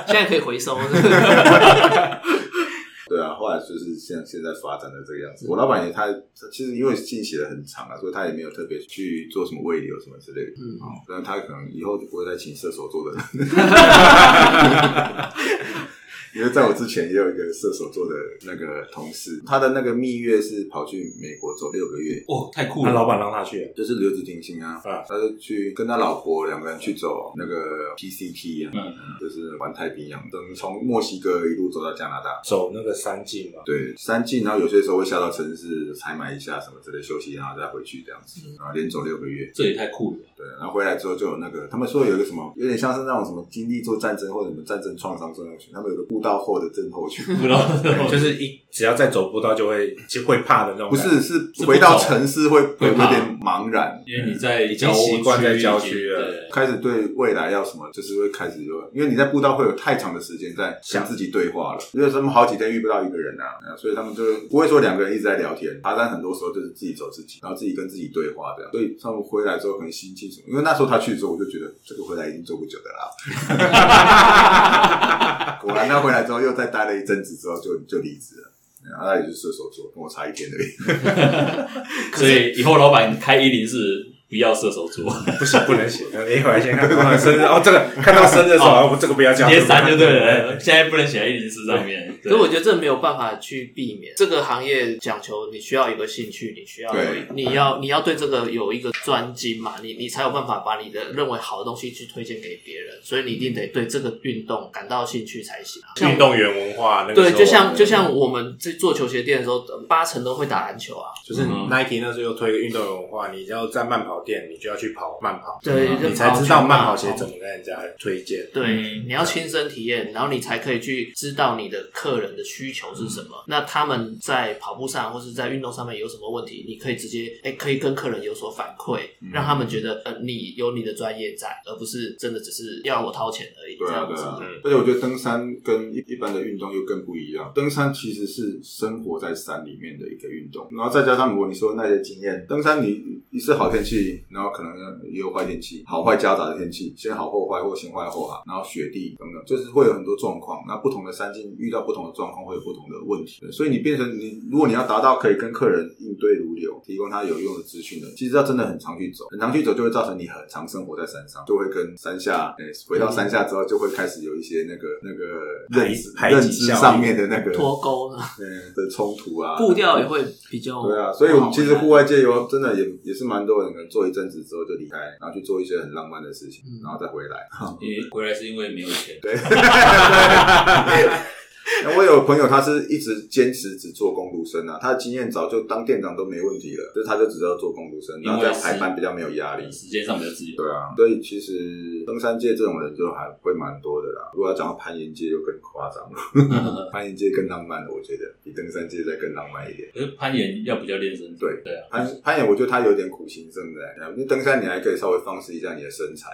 Speaker 3: 现在可以回收。
Speaker 2: 对啊，后来就是像现在发展的这个样子。我老板也他他其实因为信写的很长啊，所以他也没有特别去做什么胃流什么之类的。
Speaker 3: 嗯，
Speaker 2: 哦，然后他可能以后就不会再请射手座的人，因为在我之前也有一个射手座的那个同事，他的那个蜜月是跑去美国走六个月，
Speaker 1: 哦，太酷
Speaker 7: 他
Speaker 1: 了，
Speaker 7: 老板让他去，
Speaker 2: 就是留职停薪啊，
Speaker 7: 啊
Speaker 2: 他就去跟他老婆两个人去走那个 PCT 啊，就是环太平洋，等从墨西哥一路走到加拿大。
Speaker 7: 走那个三进嘛，
Speaker 2: 对，山进，然后有些时候会下到城市采买一下什么之类，休息，然后再回去这样子，然后连走六个月。
Speaker 1: 这也太酷 了。
Speaker 2: 对，然后回来之后就有那个，他们说有一个什么，有点像是那种什么经历做战争或者什么战争创伤症候群，他们有个步道后的症候群，
Speaker 1: 不知道，
Speaker 7: 就是一只要再走步道就会就会怕的那种
Speaker 2: 不
Speaker 7: 感觉，
Speaker 2: 是是回到城市会有
Speaker 1: 会
Speaker 2: 有
Speaker 1: 怕
Speaker 2: 点茫然。
Speaker 1: 因为你在啊已
Speaker 7: 经习惯在郊区了
Speaker 2: 开始对未来要什么，就是会开始有，因为你在步道会有太长的时间在想自己对话了，因为他们好几天遇不到一个人啊，啊所以他们就不会说两个人一直在聊天。爬山很多时候就是自己走自己，然后自己跟自己对话这样。所以他们回来之后可能心情什么，因为那时候他去的时候我就觉得这个回来已经做不久的啦。果然他回来之后又再待了一阵子之后就就离职了。然后他也是射手座，跟我差一天而已。
Speaker 1: 所以以后老板开一零四不要射手座，
Speaker 7: 不行不 能写，你回来先看到生日哦，这个看到生日的时候，
Speaker 1: 哦
Speaker 7: 哦，这个不要这
Speaker 1: 直
Speaker 7: 样，
Speaker 1: 接删就对了。现在不能写在一零四上面。
Speaker 3: 所以我觉得这没有办法去避免。这个行业讲求你需要有个兴趣，你需要有
Speaker 2: 对
Speaker 3: 你要你要对这个有一个专精嘛，你你才有办法把你的认为好的东西去推荐给别人。所以你一定得对这个运动感到兴趣才行啊。像
Speaker 7: 哎运动啊员文化那个
Speaker 3: 对，
Speaker 7: 时候
Speaker 3: 就像就像我们在做球鞋店的时候，八成都会打篮球啊。
Speaker 7: 就是
Speaker 1: 嗯
Speaker 7: Nike 那时候又推运动员文化，你要在慢跑跑店，你就要去跑慢跑，
Speaker 3: 对
Speaker 7: 啊你
Speaker 3: 就
Speaker 7: 才
Speaker 3: 跑
Speaker 7: 知道
Speaker 3: 全
Speaker 7: 慢跑
Speaker 3: 马
Speaker 7: 鞋
Speaker 3: 跑
Speaker 7: 怎么跟人家推荐。
Speaker 3: 对，
Speaker 1: 嗯
Speaker 3: 你要亲身体验，然后你才可以去知道你的客人的需求是什么。
Speaker 2: 嗯
Speaker 3: 那他们在跑步上或是在运动上面有什么问题，你可以直接哎、可以跟客人有所反馈，
Speaker 2: 嗯
Speaker 3: 让他们觉得呃，你有你的专业在，而不是真的只是要我掏钱而已。
Speaker 2: 对
Speaker 3: 这
Speaker 2: 啊，
Speaker 3: 样
Speaker 2: 对
Speaker 3: 子。
Speaker 2: 啊
Speaker 7: 嗯，
Speaker 2: 而且我觉得登山跟一一般的运动又更不一样。登山其实是生活在山里面的一个运动，然后再加上如果你说那些经验，登山你一是好天气，然后可能也有坏天气，好坏夹杂的天气，先好后坏或先坏后好，然后雪地等等，就是会有很多状况。那不同的山径遇到不同的状况会有不同的问题，对所以你变成你，如果你要达到可以跟客人应对如流，提供他有用的资讯的，其实要真的很常去走，很常去走就会造成你很常生活在山上，就会跟山下，诶、回到山下之后就会开始有一些那个那个认知
Speaker 7: 排
Speaker 2: 认
Speaker 7: 排挤
Speaker 2: 知
Speaker 7: 效应
Speaker 2: 上面的那个
Speaker 3: 脱钩呢，
Speaker 2: 嗯的冲突啊，
Speaker 3: 步调也会比较
Speaker 2: 对啊，所以我们其实户外界有真的也也是蛮多人，可能做一阵子之后就离开，然后去做一些很浪漫的事情，
Speaker 3: 嗯
Speaker 2: 然后再回来。
Speaker 1: 因为回来是因为没有钱，
Speaker 2: 对，那我有朋友，他是一直坚持只做公路生啊，他的经验早就当店长都没问题了，就是他就只要做公路生，
Speaker 1: 因
Speaker 2: 然后
Speaker 1: 为
Speaker 2: 在
Speaker 1: 是
Speaker 2: 排班比较没有压力。
Speaker 1: 时间上比较自由。
Speaker 2: 对啊，所以其实登山界这种人就还会蛮多的啦。如果要讲到攀岩界，就更夸张了，攀岩界更浪漫了，我觉得比登山界再更浪漫一点。
Speaker 1: 可是攀岩要比较练身体，
Speaker 2: 对
Speaker 1: 对啊，
Speaker 2: 攀攀岩，我觉得他有点苦行僧在。那登山你还可以稍微放肆一下你的身材，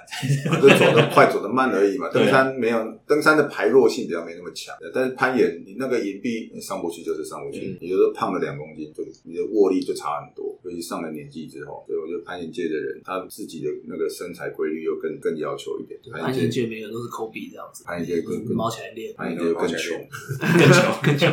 Speaker 2: 就走得快、走得慢而已嘛。
Speaker 1: 对啊
Speaker 2: 登山没有登山的排弱性比较没那么强，但是攀岩你那个岩壁上不去就是上不去，你就是胖了两公斤，就你的握力就差很多。尤其上了年纪之后，所以我觉得攀岩界的人他自己的那个身材规律又更更要求一点。攀
Speaker 3: 安
Speaker 2: 岩
Speaker 3: 全
Speaker 2: 界，
Speaker 3: 界每个人都是抠鼻这样子，嗯
Speaker 2: 攀岩界更更
Speaker 3: 毛起来练，
Speaker 2: 攀岩界更穷，
Speaker 3: 更穷更穷。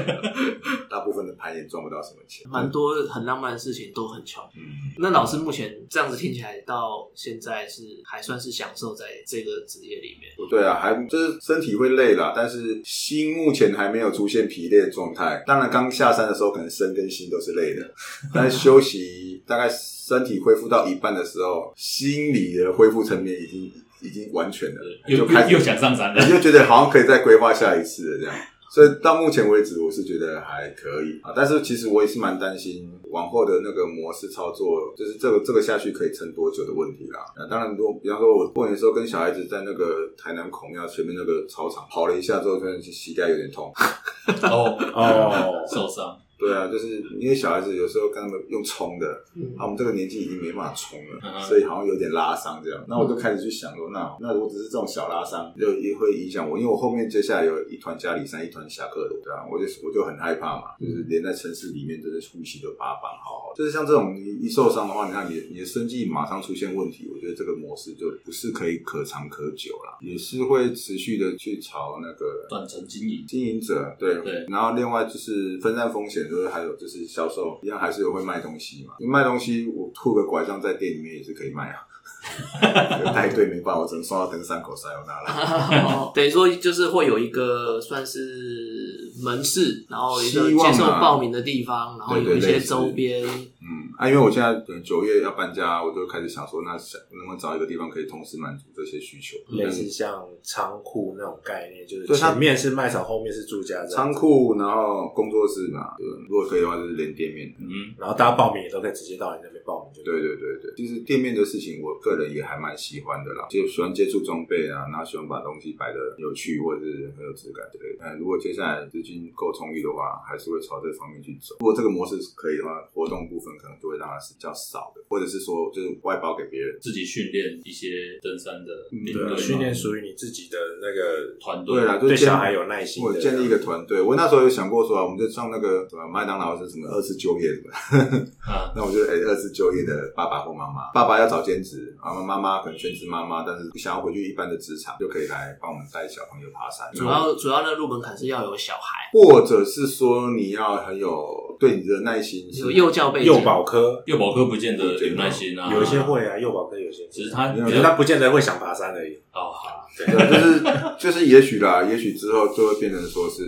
Speaker 2: 大部分的攀岩赚不到什么钱。
Speaker 3: 蛮多很浪漫的事情都很穷。
Speaker 2: 嗯
Speaker 3: 那老师目前这样子听起来，到现在是还算是享受在这个职业里面。
Speaker 2: 对啊，还就是身体会累啦，但是心目前还没有出现疲累的状态。当然，刚下山的时候，可能身跟心都是累的，但是休息大概身体恢复到一半的时候，心理的恢复层面已经已经完全了，
Speaker 1: 又
Speaker 2: 就开
Speaker 1: 又
Speaker 2: 始
Speaker 1: 又想上山了
Speaker 2: 你。就觉得好像可以再规划下一次了这样。所以到目前为止，我是觉得还可以啊，但是其实我也是蛮担心往后的那个模式操作，就是这个这个下去可以撑多久的问题啦。啊，当然，如果比方说我过年的时候跟小孩子在那个台南孔庙前面那个操场跑了一下之后，突然膝盖有点痛。
Speaker 1: 哦
Speaker 7: 哦
Speaker 1: 受伤，
Speaker 2: 对啊，就是因为小孩子有时候跟他们用冲的，
Speaker 3: 嗯
Speaker 2: 啊，我们这个年纪已经没办法冲了，
Speaker 1: 嗯
Speaker 2: 所以好像有点拉伤这样。那我就开始去想说，那那如果只是这种小拉伤，就也会影响我，因为我后面接下来有一团家里山，一团侠客的，对啊，我就我就很害怕嘛，就是连在城市里面，真的呼吸都把它绑好好的。就是像这种你一受伤的话，你看你你的生计马上出现问题，我觉得这个模式就不是可以可长可久啦，也是会持续的去朝那个
Speaker 1: 转成经营，
Speaker 2: 经营者，对
Speaker 1: 对
Speaker 2: 然后另外就是分散风险，就是还有就是销售，一样还是有会卖东西嘛。卖东西我吐个拐杖在店里面也是可以卖啊。带队没办法，我只能送到登山口塞欧那了。
Speaker 3: 等于说就是会有一个算是门市，然后一个
Speaker 2: 希望
Speaker 3: 接
Speaker 2: 啊
Speaker 3: 受报名的地方，然后
Speaker 2: 对对
Speaker 3: 有一些
Speaker 2: 类似
Speaker 3: 周边。
Speaker 2: 嗯，啊，因为我现在可能九月要搬家，我就开始想说，那想能不能找一个地方可以同时满足这些需求？
Speaker 7: 类似像仓库那种概念，就是
Speaker 2: 对它
Speaker 7: 前面是卖场，后面是住家这样子
Speaker 2: 仓，库，然后工作室嘛，对如果可以的话，就是连店面。
Speaker 1: 嗯，
Speaker 7: 然后大家报名也都可以直接到你那边报名就
Speaker 2: 对对对对，其实店面的事情，我个人也还蛮喜欢的啦，就喜欢接触装备啊，然后喜欢把东西摆的有趣或者是很有质感之类的。嗯，如果接下来资金够充裕的话，还是会朝这方面去走。如果这个模式可以的话，活动部分可能就会让它是比较少的，或者是说就是外包给别人。
Speaker 1: 自己训练一些登山的领
Speaker 7: 对
Speaker 1: 队嘛，
Speaker 7: 啊，训练属于你自己的那个
Speaker 1: 团队
Speaker 2: 嗯对啊啦，就
Speaker 7: 对
Speaker 2: 建
Speaker 7: 小孩有耐心的
Speaker 2: 我建立一个团队。我那时候有想过说啊，我们就上那个什么麦当劳是什么二次就业什么
Speaker 1: 啊，
Speaker 2: 那我就哎、二次就业的爸爸或妈妈，爸爸要找兼职，然后妈妈可能全职妈妈，但是不想要回去一般的职场，就可以来帮我们带小朋友爬山。
Speaker 3: 主要主要的入门槛是要有小孩，
Speaker 2: 或者是说你要很有对你的耐心，
Speaker 3: 有幼教背景，
Speaker 7: 幼保科，
Speaker 1: 幼保科不见得有耐心啊，
Speaker 7: 有一些会啊，幼保科有些
Speaker 1: 只是他
Speaker 2: 没有
Speaker 7: 只是他不见得会想爬山而已。
Speaker 1: 哦好，
Speaker 2: 对，就是就是也许啦，也许之后就会变成说是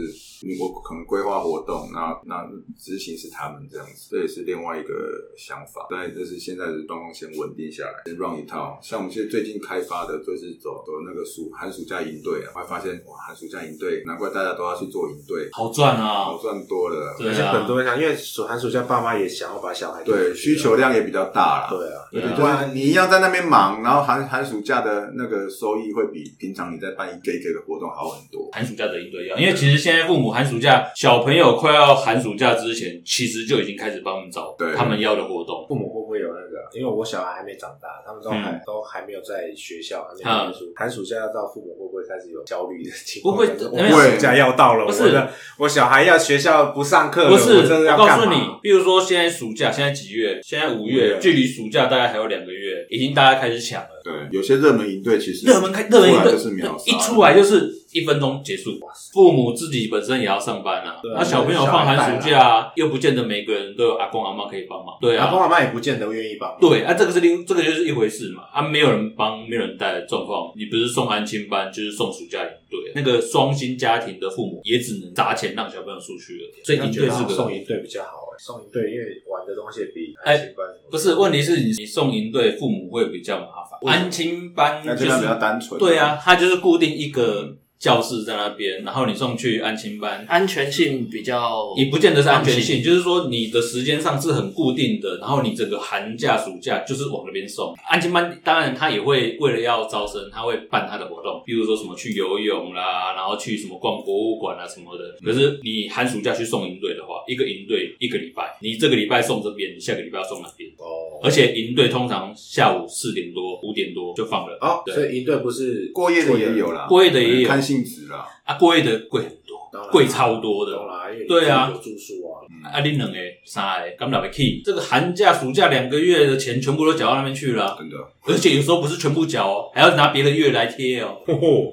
Speaker 2: 嗯我可能规划活动，然后那执行是他们这样子，这也是另外一个想法。但就是现在的状况先稳定下来，先 run 一套。像我们现在最近开发的，就是走走那个暑寒暑假营队啊，我还发现哇，寒暑假营队，难怪大家都要去做营队，
Speaker 1: 好赚
Speaker 2: 好
Speaker 1: 啊！
Speaker 2: 赚多了。
Speaker 1: 对
Speaker 7: 而且
Speaker 1: 啊，
Speaker 7: 很多人想，因为暑寒暑假爸妈也想要把小孩
Speaker 2: 对，需求量也比较大啦。
Speaker 7: 对啊，
Speaker 1: 对
Speaker 2: 对，
Speaker 1: 啊
Speaker 2: 就是你一样在那边忙，然后寒寒暑假的那个收益会比平常你在办一个一个的活动好很多。
Speaker 1: 寒暑假的应对要，因为其实现在父母寒暑假，小朋友快要寒暑假之前，其实就已经开始帮我们找
Speaker 2: 对
Speaker 1: 他们要的活动。
Speaker 7: 父母会不会有那个？因为我小孩还没长大，他们都
Speaker 2: 嗯
Speaker 7: 还、都还没有在学校，还没有念书。寒暑假要到，父母会不会开始有焦虑的情
Speaker 1: 嗯
Speaker 7: 况？
Speaker 1: 不会
Speaker 7: 就是我
Speaker 1: 因为
Speaker 7: 寒暑假要到了，
Speaker 1: 不是
Speaker 7: 我的我小孩要学校不上课了，
Speaker 1: 不是，
Speaker 7: 我真的
Speaker 1: 我
Speaker 7: 要
Speaker 1: 告
Speaker 7: 干
Speaker 1: 诉
Speaker 7: 嘛？
Speaker 1: 你，比如说现在暑假，现在几月？现在五
Speaker 7: 五
Speaker 1: 月，
Speaker 7: 月
Speaker 1: 距离暑假大概还有两个月，已经大家开始抢了。
Speaker 2: 对，有些热门营队其实
Speaker 1: 热门开热门
Speaker 2: 出来
Speaker 1: 一
Speaker 2: 就是秒杀，
Speaker 1: 一出来就是一分钟结束。父母自己本身也要上班啊，那小朋友放寒暑假啊，又不见得每个人都有阿公阿妈可以帮忙。对
Speaker 7: 阿公
Speaker 1: 啊，
Speaker 7: 阿妈也不见得愿意帮。
Speaker 1: 对啊，这个是另这个就是一回事嘛。啊，没有人帮，没有人带的状况，你不是送安亲班，就是送暑假营队。啊那个双薪家庭的父母也只能砸钱让小朋友出去了，所以
Speaker 7: 那
Speaker 1: 营
Speaker 7: 觉
Speaker 1: 队
Speaker 7: 得
Speaker 1: 是个
Speaker 7: 送营队比较好、欸，送营队因为玩的东西比
Speaker 1: 哎
Speaker 7: 安心班什么的
Speaker 1: 不是，问题是你你送营队，父母会比较麻烦。安亲班
Speaker 2: 嗯那
Speaker 1: 就
Speaker 2: 这样比较
Speaker 1: 是
Speaker 2: 单纯。
Speaker 1: 对啊，，他就是固定一个教室在那边，然后你送去安亲班，
Speaker 3: 安全性比较
Speaker 1: 也不见得是安全
Speaker 3: 放
Speaker 1: 性，就是说你的时间上是很固定的，然后你整个寒假、暑假就是往那边送。安亲班当然他也会为了要招生，他会办他的活动，比如说什么去游泳啦，然后去什么逛博物馆啊什么的。可是你寒暑假去送营队的话，一个营队一个礼拜，你这个礼拜送这边，你下个礼拜要送那边。
Speaker 7: 哦，
Speaker 1: 而且营队通常下午四点多、五点多就放了。
Speaker 7: 哦，
Speaker 1: 对
Speaker 7: 所以营队不是
Speaker 2: 过夜的也有啦，
Speaker 1: 过夜的也有
Speaker 2: 看性质啦。
Speaker 1: 啊，过夜的贵很多，
Speaker 7: 当然
Speaker 1: 贵超多的
Speaker 7: 懂啦，因为
Speaker 1: 对啊
Speaker 7: 有住宿啊，
Speaker 1: 啊，你两个、三个，干不了被 key。这个寒假、暑假两个月的钱全部都缴到那边去了啊，
Speaker 2: 真的，
Speaker 1: 而且有时候不是全部缴哦，还要拿别的月来贴哦。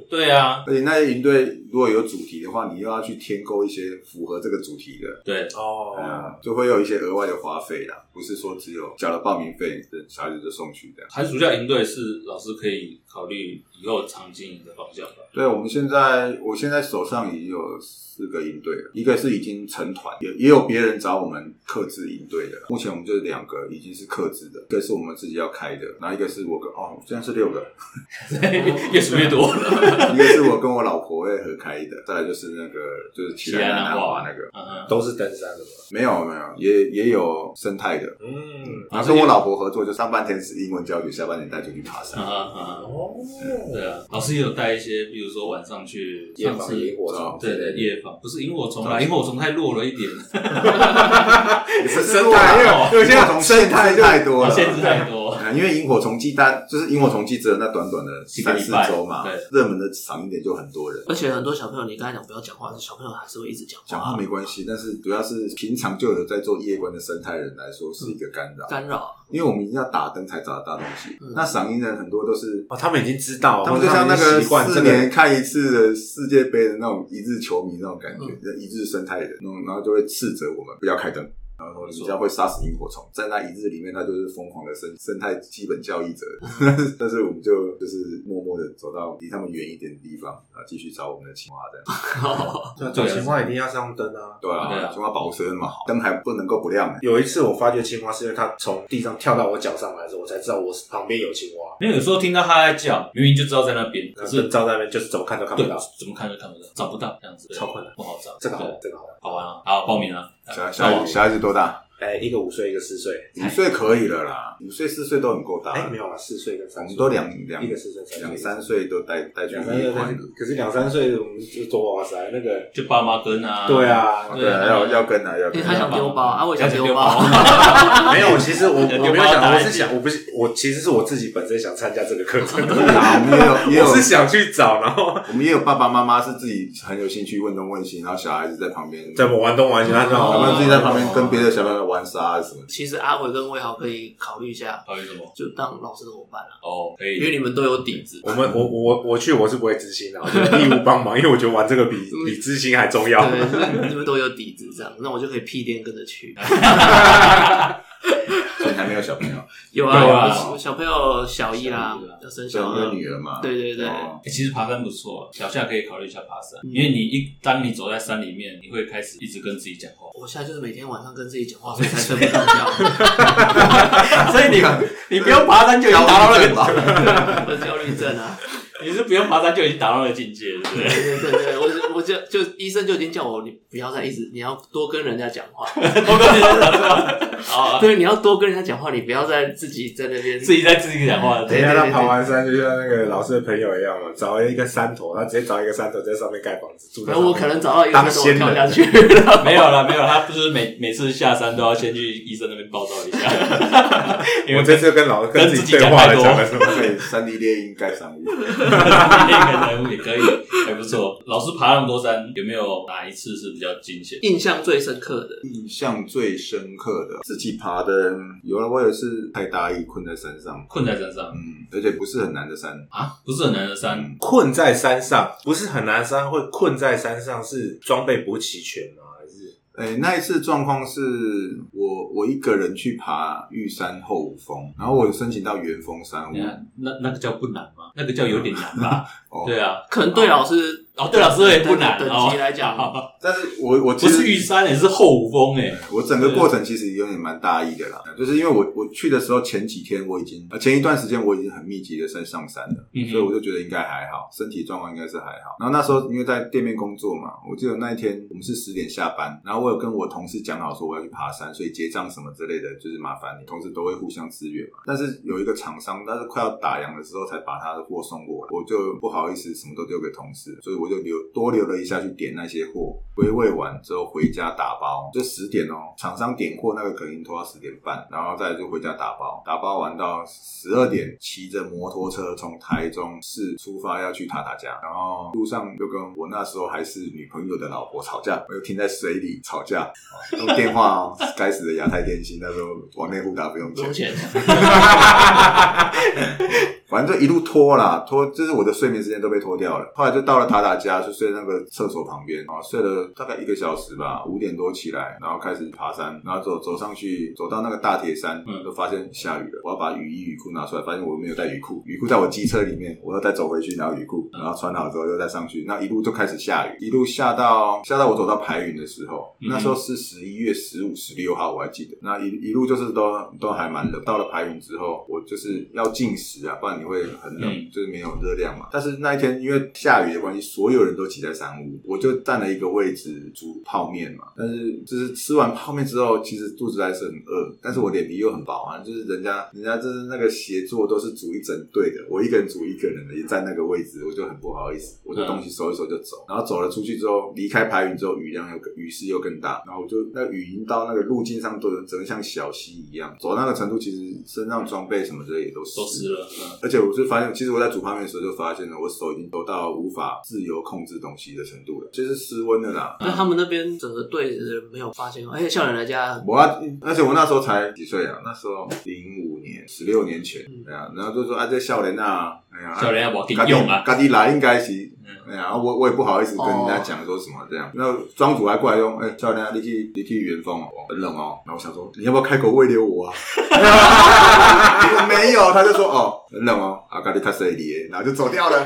Speaker 1: 对啊，
Speaker 2: 而且那些营队如果有主题的话，你又要去添购一些符合这个主题的，
Speaker 1: 对，
Speaker 7: 哦，
Speaker 2: 嗯，就会有一些额外的花费啦，不是说只有缴了报名费，小孩子就送去这样。
Speaker 1: 寒暑假营队是老师可以考虑以后常经营的方向吧。
Speaker 2: 对，我们现在我现在手上已经有四个营队了，一个是已经成团，也也有别人找我们克制营队的。目前我们就是两个已经是克制的，一个是我们自己要开的，然后一个是我跟哦，现在是六个，
Speaker 1: 越数越多，
Speaker 2: 一个是我跟我老婆会合开的，再来就是那个就是
Speaker 1: 奇
Speaker 2: 奇来
Speaker 1: 莱
Speaker 2: 南
Speaker 1: 南
Speaker 2: 华
Speaker 1: 华
Speaker 2: 啊那个，
Speaker 1: 嗯，
Speaker 7: 都是登山的嘛，
Speaker 2: 没有没有，也也有生态的。
Speaker 7: 嗯，
Speaker 2: 然后跟我老婆合作，就上半天是英文教学，下半天带出去爬山
Speaker 1: 啊。啊，
Speaker 7: 哦，
Speaker 1: 对啊，老师也有带一些，比如说晚上去
Speaker 7: 夜
Speaker 1: 上
Speaker 7: 访
Speaker 1: 次
Speaker 7: 野火虫之
Speaker 1: 对
Speaker 7: 类
Speaker 1: 对，
Speaker 7: 的
Speaker 1: 夜访不是萤火虫啦，萤火虫太弱了 一点，
Speaker 2: 也不是
Speaker 7: 生态啊因为有些
Speaker 2: 生态太多
Speaker 1: 我
Speaker 2: 了，
Speaker 1: 限制太多。
Speaker 2: 啊，因为萤火虫季大就是萤火虫季只有那短短的
Speaker 1: 几个
Speaker 2: 三
Speaker 1: 礼
Speaker 2: 四
Speaker 1: 拜
Speaker 2: 周嘛
Speaker 1: 对，
Speaker 2: 热门的长一点就很多人。
Speaker 3: 而且很多小朋友，你刚才讲不要讲话，小朋友还是会一直讲话，
Speaker 2: 讲话没关系，但是主要是平常就有在做夜观的生态人来说是一个干扰，
Speaker 3: 干扰。
Speaker 2: 因为我们一定要打灯才找得到东西
Speaker 3: 嗯。
Speaker 2: 那赏樱人很多都是，
Speaker 7: 哦，他们已经知道，
Speaker 2: 他们就像那
Speaker 7: 或者他
Speaker 2: 个
Speaker 7: 们已经习惯
Speaker 2: 四
Speaker 7: 这个
Speaker 2: 年看一次的世界杯的那种一日球迷那种感觉，
Speaker 7: 嗯
Speaker 2: 一日生态人，那种然后就会斥责我们不要开灯。然后你这样会杀死萤火虫，在那一日里面，他就是疯狂的生生态基本教义者。
Speaker 7: 嗯
Speaker 2: 但是我们就就是默默的走到离他们远一点的地方，啊，继续找我们的青蛙这样。
Speaker 7: 对啊，这种情况一定要上灯啊。
Speaker 2: 对啊，
Speaker 1: 对啊
Speaker 2: 青蛙保护色那么好，灯还不能够不亮、欸。
Speaker 7: 有一次我发觉青蛙是因为它从地上跳到我脚上来的时候，我才知道我旁边有青蛙。
Speaker 1: 因为有时候听到他在叫，明明就知道在那边，可
Speaker 7: 那
Speaker 1: 是
Speaker 7: 灯照在那边，就是怎么看都看不
Speaker 1: 对
Speaker 7: 到。，
Speaker 1: 怎么看都看不到，找不到这样子，对
Speaker 7: 超困难
Speaker 1: 不好找。
Speaker 7: 这个好
Speaker 1: 对
Speaker 7: 玩，这个好玩。
Speaker 1: 好玩啊，好报名啊，
Speaker 2: 小孩小孩小孩子多大？
Speaker 7: 哎，一个五岁，一个四岁。
Speaker 2: 五岁可以了啦，五岁四岁都很够大
Speaker 7: 哎，
Speaker 2: 了
Speaker 7: 没。有啊，四岁跟
Speaker 2: 我
Speaker 7: 三岁。
Speaker 2: 们都两两
Speaker 7: 一个四岁，三岁
Speaker 2: 两三。岁都带带去
Speaker 7: 两三岁
Speaker 2: 夜
Speaker 7: 但
Speaker 2: 观
Speaker 7: 是
Speaker 2: 了。，
Speaker 7: 可是两三岁我们就多哇塞，那个
Speaker 1: 就爸妈跟啊，
Speaker 7: 对，啊，哎
Speaker 2: 对啊，
Speaker 1: 对
Speaker 2: 要要跟啊，要
Speaker 3: 因为
Speaker 2: 跟
Speaker 3: 他想
Speaker 2: 啊。
Speaker 3: 丢包啊，我也想
Speaker 1: 要
Speaker 3: 丢
Speaker 1: 丢
Speaker 3: 包
Speaker 1: 包。
Speaker 7: 啊没有，其实我我
Speaker 1: 丢
Speaker 7: 没有
Speaker 1: 包
Speaker 7: 想，
Speaker 1: 打
Speaker 7: 我
Speaker 1: 一
Speaker 7: 是
Speaker 1: 记
Speaker 7: 想，我不是我，其实是我自己本身想参加这个课 程，
Speaker 2: 啊我们也有也有
Speaker 7: 我是想去找，然 后
Speaker 2: 我们也有爸爸妈妈是自己很有兴趣问东问西，然后小孩子在旁边，
Speaker 7: 怎么玩东玩西，那就
Speaker 2: 他
Speaker 7: 好
Speaker 2: 们
Speaker 7: 玩
Speaker 2: 自己在旁边跟别的小朋友玩沙啊什么的。
Speaker 3: 其实阿伟跟魏豪可以考虑一下，
Speaker 1: 考虑什么？
Speaker 3: 就当老师的伙伴了，
Speaker 1: 哦，可
Speaker 3: 因为
Speaker 1: 以，
Speaker 3: 你们都有底子。
Speaker 7: 我们我我我去我是不会知心的，我就义务帮忙，因为我觉得玩这个 比
Speaker 3: 嗯
Speaker 7: 比知心还重要。
Speaker 3: 对，就是你们都有底子，这样，那我就可以屁颠跟着去。
Speaker 2: 所以还没有小朋友，
Speaker 3: 有啊，
Speaker 1: 对
Speaker 3: 有
Speaker 1: 啊
Speaker 3: 啊，小朋友小一啦
Speaker 1: 小一啦，
Speaker 3: 要
Speaker 2: 所
Speaker 3: 生
Speaker 2: 以
Speaker 3: 小
Speaker 2: 我有
Speaker 3: 二，
Speaker 2: 女儿嘛。
Speaker 3: 对对对
Speaker 2: 哦
Speaker 1: 欸其实爬山不错，小夏可以考虑一下爬山，因为你一当你走在山里面，你会开始一直跟自己讲话。
Speaker 3: 我现在就是每天晚上跟自己讲话，所以才睡不着 觉，
Speaker 1: 所以你你不用爬山就已经达到那个，
Speaker 3: 我焦虑症啊。
Speaker 1: 你是不用爬山就已经达到那个境界，对不对？
Speaker 3: 对对对，我就我就就医生就已经叫我，你不要再一直，你要多跟人家讲 话。
Speaker 1: 我跟你讲是吧？好，
Speaker 3: 对，你要多跟人家讲话，你不要再自己在那边
Speaker 1: 自己在自己讲话，
Speaker 8: 等
Speaker 1: 对
Speaker 3: 对
Speaker 8: 一下，他爬完山就像那个老师的朋友一样嘛，找了一个山头，他直接找一个山头在上面盖房子住在
Speaker 3: 然
Speaker 8: 上面。
Speaker 3: 后哎我可能找到一个
Speaker 8: 当
Speaker 3: 跟我
Speaker 8: 仙
Speaker 3: 跳
Speaker 8: 人
Speaker 3: 下去 了。
Speaker 1: 没有了，没有啦，他不是每每次下山都要先去医生那边报道一 下，因为
Speaker 8: 我这次又跟老
Speaker 1: 跟
Speaker 8: 跟
Speaker 1: 自
Speaker 8: 自
Speaker 1: 己
Speaker 8: 己对话了，
Speaker 1: 讲
Speaker 8: 讲
Speaker 1: 太
Speaker 8: 了什么？
Speaker 2: 所以三 D 猎鹰盖房屋，
Speaker 1: 那个人物也可以，还不错。老师爬那么多山，有没有哪一次是比较惊险？
Speaker 3: 印象最深刻的，
Speaker 2: 印象最深刻的自己爬的，有了我有一次太大意困在山上，
Speaker 1: 困在山上
Speaker 2: 嗯，而且不是很难的山，
Speaker 1: 啊，不是很难的山，
Speaker 8: 困在山上不是很难，山会困在山上是装备不齐全吗？还是
Speaker 2: 哎、那一次状况是我我一个人去爬玉山后五峰，然后我有申请到元峰山屋
Speaker 1: 你，看那那个叫不难吗？那个叫有点难吧？
Speaker 2: 哦，
Speaker 1: 对啊，
Speaker 3: 可能对老师
Speaker 1: 哦，对老师也不难
Speaker 3: 等
Speaker 1: 哦
Speaker 3: 级来讲，
Speaker 2: 但是我我其
Speaker 1: 不
Speaker 2: 实
Speaker 1: 是玉山，也是后五峰哎。
Speaker 2: 我整个过程其实有点蛮大意的啦，就是因为我我去的时候前几天我已经，呃前一段时间我已经很密集的在上山了，
Speaker 1: 嗯哼
Speaker 2: 所以我就觉得应该还好，身体状况应该是还好。然后那时候因为在店面工作嘛，我记得那一天我们是十点下班，然后我有跟我同事讲好说我要去爬山，所以结账什么之类的，就是麻烦你，同事都会互相支援嘛。但是有一个厂商，但是快要打烊的时候才把他的货送过来，我就不好意思什么都丢给同事，所以我就留多留了一下去点那些货，归位完之后回家打包，就十点哦，厂商点货那个可能拖到十点半，然后再就回家打包，打包完到十二点，骑着摩托车从台中市出发要去塔塔家，然后路上就跟我那时候还是女朋友的老婆吵架，我又停在水里吵架，哦用电话哦，该死的亚太电信那时候往内户打不用
Speaker 3: 不
Speaker 2: 钱
Speaker 3: 用，钱，
Speaker 2: 反正就一路拖啦，拖就是我的睡眠时间都被拖掉了。后来就到了塔塔家，就睡那个厕所旁边啊，睡了大概一个小时吧，五点多起来，然后开始爬山，然后走走上去，走到那个大铁山，
Speaker 1: 嗯
Speaker 2: 就发现下雨了。我要把雨衣雨裤拿出来，发现我没有带雨裤，雨裤在我机车里面，我要再走回去拿雨裤，
Speaker 1: 嗯
Speaker 2: 然后穿好之后又再上去，那一路就开始下雨，一路下到下到我走到排云的时候，
Speaker 1: 嗯
Speaker 2: 那时候是十一月十五、十六号，我还记得。那一一路就是都都还蛮冷。到了排云之后，我就是要进食啊，不然你会很冷，
Speaker 1: 嗯
Speaker 2: 就是没有热量嘛。但是那一天因为下雨的关系，所有人都挤在山屋，我就占了一个位置煮泡面嘛。但是就是吃完泡面之后，其实肚子还是很饿，但是我脸皮又很薄啊，就是人家人家就是那个协作都是煮一整队的，我一个人煮一个人的，也占那个位置，我就很不好意思，我就
Speaker 1: 嗯
Speaker 2: 东西收一收就走。然后走了出去之后，离开排云之后，雨量又更雨势又更大，然后我就那雨已经到那个路径上都整个像小溪一样，走到那个程度，其实身上装备什么之类也都湿
Speaker 1: 都湿了，嗯
Speaker 2: 而且我就发现，其实我在煮泡面的时候就发现了，我手已经抖到无法自由控制东西的程度了，就是失温了啦。
Speaker 3: 那他们那边整个队的人没有发现，哎，校园人家
Speaker 2: 我要，而且我那时候才几岁啊，那时候零五年，十六年前，对啊，然后就说啊，这笑脸啊，哎呀，
Speaker 1: 嗯小人要往顶
Speaker 2: 家己
Speaker 1: 用啊，
Speaker 2: 家己来应该是
Speaker 1: 嗯。
Speaker 2: 哎呀，我我也不好意思跟人家
Speaker 3: 哦
Speaker 2: 讲说什么这样。那庄主还过来说，哎、教练啊，你去你去元峰哦，很冷哦。然后我想说，你要不要开口慰留我啊？ 我没有，他就说哦，很冷哦，啊，咖喱卡塞里，然后就走掉了。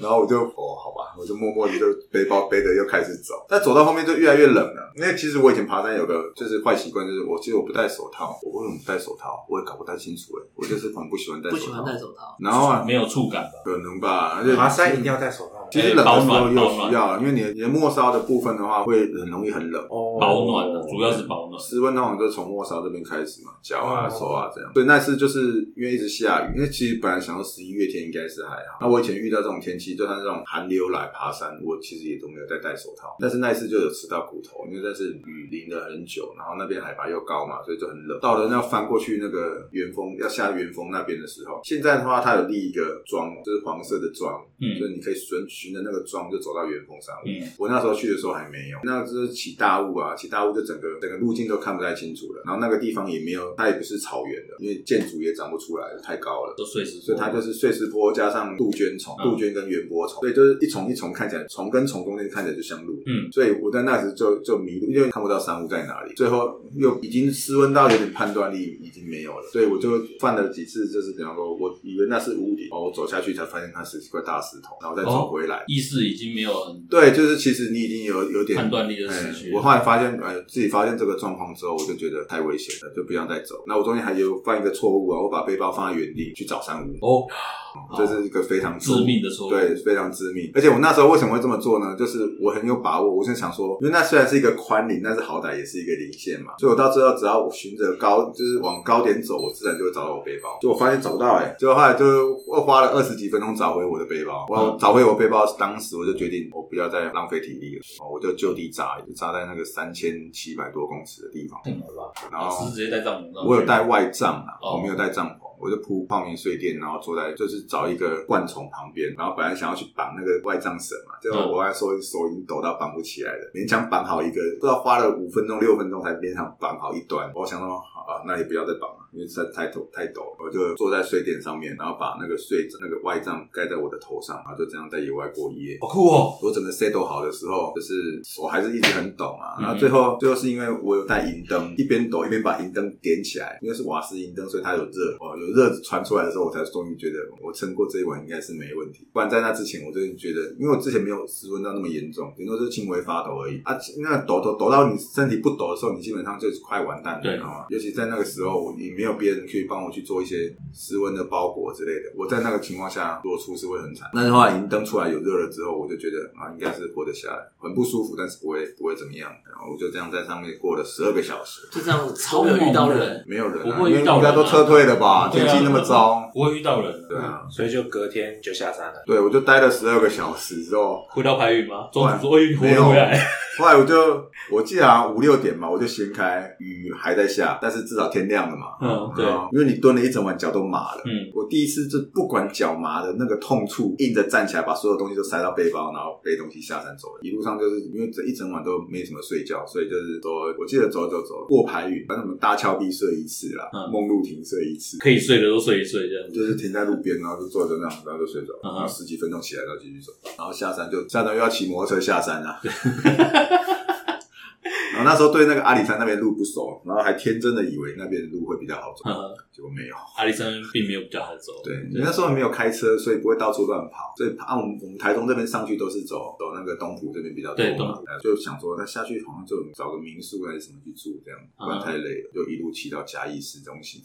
Speaker 2: 然后我就哦，好吧，我就默默的就背包背着又开始走，但走到后面就越来越冷了。因为其实我以前爬山有个就是坏习惯，就是我其实我不戴手套，我为什么不戴手套？我也搞不太清楚哎，我就是很不喜欢戴手
Speaker 3: 不
Speaker 2: 套。
Speaker 3: 喜欢戴手套，
Speaker 2: 然后啊，
Speaker 1: 没有触感吧？
Speaker 2: 可能吧，而且
Speaker 8: 爬山一定要戴手套吗？
Speaker 2: 其实冷的时候又需要，因为你的你的末梢的部分的话，会很容易很冷。
Speaker 8: 哦
Speaker 1: 保暖啊，主要是保暖。
Speaker 2: 室温通常就是从末梢这边开始嘛，脚啊、
Speaker 8: 哦
Speaker 2: 手啊这样。所以那次就是因为一直下雨，因为其实本来想说十一月天应该是还好。那我以前遇到这种天气，就算这种寒流来爬山，我其实也都没有再戴手套。但是那一次就有吃到骨头，因为那是雨淋了很久，然后那边海拔又高嘛，所以就很冷。到了要翻过去那个元峰，要下元峰那边的时候，现在的话它有立一个桩，就是黄色的桩，
Speaker 1: 嗯
Speaker 2: 就是你可以循循着那个桩就走到元峰山屋。
Speaker 1: 嗯
Speaker 2: 我那时候去的时候还没有，那就是起大雾啊，起大雾就整个整个路径都看不太清楚了。然后那个地方也没有，它也不是草原的，因为建筑也长不出来了，太高了。
Speaker 1: 都碎石
Speaker 2: 所以它就是碎石坡加上杜鹃虫、
Speaker 1: 嗯
Speaker 2: 杜鹃跟圆波虫，所以就是一丛一丛看起来，虫跟虫中间看起来就像鹿。
Speaker 1: 嗯，
Speaker 2: 所以我在那时就就迷路，因为看不到山屋在哪里。最后又已经失温到有点判断力已经没有了，所以我就犯了几次，就是比方说，我以为那是屋顶，哦，我走下去才发现它是一块大石头，然后再
Speaker 1: 哦
Speaker 2: 走回来。
Speaker 1: 意识已经没有很
Speaker 2: 对，就是其实你已经有有点
Speaker 1: 判断力的
Speaker 2: 哎
Speaker 1: 失去。
Speaker 2: 我后来发现，呃，自己发现这个状况之后，我就觉得太危险了，就不要再走。那我中间还有犯一个错误啊，我把背包放在原地去找山屋，
Speaker 1: 哦，
Speaker 2: 这是一个非常
Speaker 1: 致命的错误
Speaker 2: 对，非常致命。而且我那时候为什么会这么做呢？就是我很有把握，我是想说，因为那虽然是一个宽岭，但是好歹也是一个零线嘛，所以我到最后只要我循着高，就是往高点走，我自然就会找到我背包。就我发现找不到、欸，哎，结果后来就花了二十几分钟找回我的背包。
Speaker 1: 嗯
Speaker 2: 我找回我背包，当时我就决定我不要再浪费体力了，哦我就就地扎，就扎在那个三千七百多公尺的地方，然
Speaker 1: 老
Speaker 2: 后
Speaker 1: 师直接带帐篷上去，
Speaker 2: 哦我有带外帐啊，
Speaker 1: 哦
Speaker 2: 我没有带帐篷，我就铺泡棉睡垫，然后坐在就是找一个灌丛旁边，然后本来想要去绑那个外帐绳嘛，结果
Speaker 1: 嗯
Speaker 2: 我还说手已经抖到绑不起来了，勉强绑好一个，不知道花了五分钟六分钟才勉强绑好一端。我想说啊，那也不要再绑了，因为实在太抖太抖了，我就坐在睡垫上面，然后把那个睡那个外帐盖在我的头上，然后就这样在野外过一夜。
Speaker 1: 好酷哦，
Speaker 2: 我整个 settle 好的时候，就是我还是一直很抖嘛。
Speaker 1: 嗯
Speaker 2: 然后最后最后是因为我有带银灯，一边抖一边把银灯点起来，因为是瓦斯银灯，所以它有热，哦，有热传出来的时候，我才终于觉得我撑过这一晚应该是没问题。不然在那之前，我真的觉得，因为我之前没有失温到那么严重，顶多就是轻微发抖而已啊。那抖抖抖到你身体不抖的时候，你基本上就是快完蛋了，
Speaker 1: 对
Speaker 2: 你知道吗？尤其在那个时候，你没有别人可以帮我去做一些室温的包裹之类的。我在那个情况下，如果出事会很惨。但是后来银灯出来有热了之后，我就觉得啊，应该是活得下来，很不舒服，但是不会不会怎么样。然后我就这样在上面过了十二个小时，
Speaker 3: 就这样都没有遇到人，
Speaker 2: 没有人、
Speaker 1: 不
Speaker 2: 啊，
Speaker 1: 会
Speaker 2: 因为
Speaker 1: 遇到
Speaker 2: 大家
Speaker 1: 人啊
Speaker 2: 都撤退了吧？
Speaker 1: 对
Speaker 2: 天
Speaker 1: 啊
Speaker 2: 气那么糟，
Speaker 1: 不会遇到人
Speaker 2: 对
Speaker 1: 的。
Speaker 2: 啊，
Speaker 7: 所以就隔天就下山了。
Speaker 2: 对我就待了十二个小时之后，
Speaker 1: 回到排云吗？庄主说：“哎，你活了回来。
Speaker 2: 后来我就我记得好像五六点吧，我就掀开，雨还在下，但是至少天亮了嘛”。 啊
Speaker 1: 嗯，对，
Speaker 2: 因为你蹲了一整晚，脚都麻了。
Speaker 1: 嗯，
Speaker 2: 我第一次就不管脚麻的那个痛处，硬着站起来，把所有东西都塞到背包，然后背东西下山走了。一路上就是因为这一整晚都没什么睡觉，所以就是说，我记得走走走过排云，反正我们大峭壁睡一次啦，
Speaker 1: 嗯
Speaker 2: 梦露亭睡一次，
Speaker 1: 可以睡的都睡一睡，这样子。
Speaker 2: 就是停在路边，然后就坐着那样，然后就睡着，
Speaker 1: 嗯
Speaker 2: 然后十几分钟起来，然后继续走，然后下山就下山又要骑摩托车下山啊。 然后那时候对那个阿里山那边路不熟，然后还天真的以为那边的路会比较好走，
Speaker 1: 嗯
Speaker 2: 结果没有。
Speaker 1: 阿里山并没有比较好走，
Speaker 2: 对，你那时候没有开车，所以不会到处乱跑，所以啊，我们我们台中这边上去都是走走那个东湖这边比较多
Speaker 1: 对东
Speaker 2: 嘛，就想说那下去好像就找个民宿还是什么去住这样，不然
Speaker 1: 嗯
Speaker 2: 太累了，就一路骑到嘉义市中心。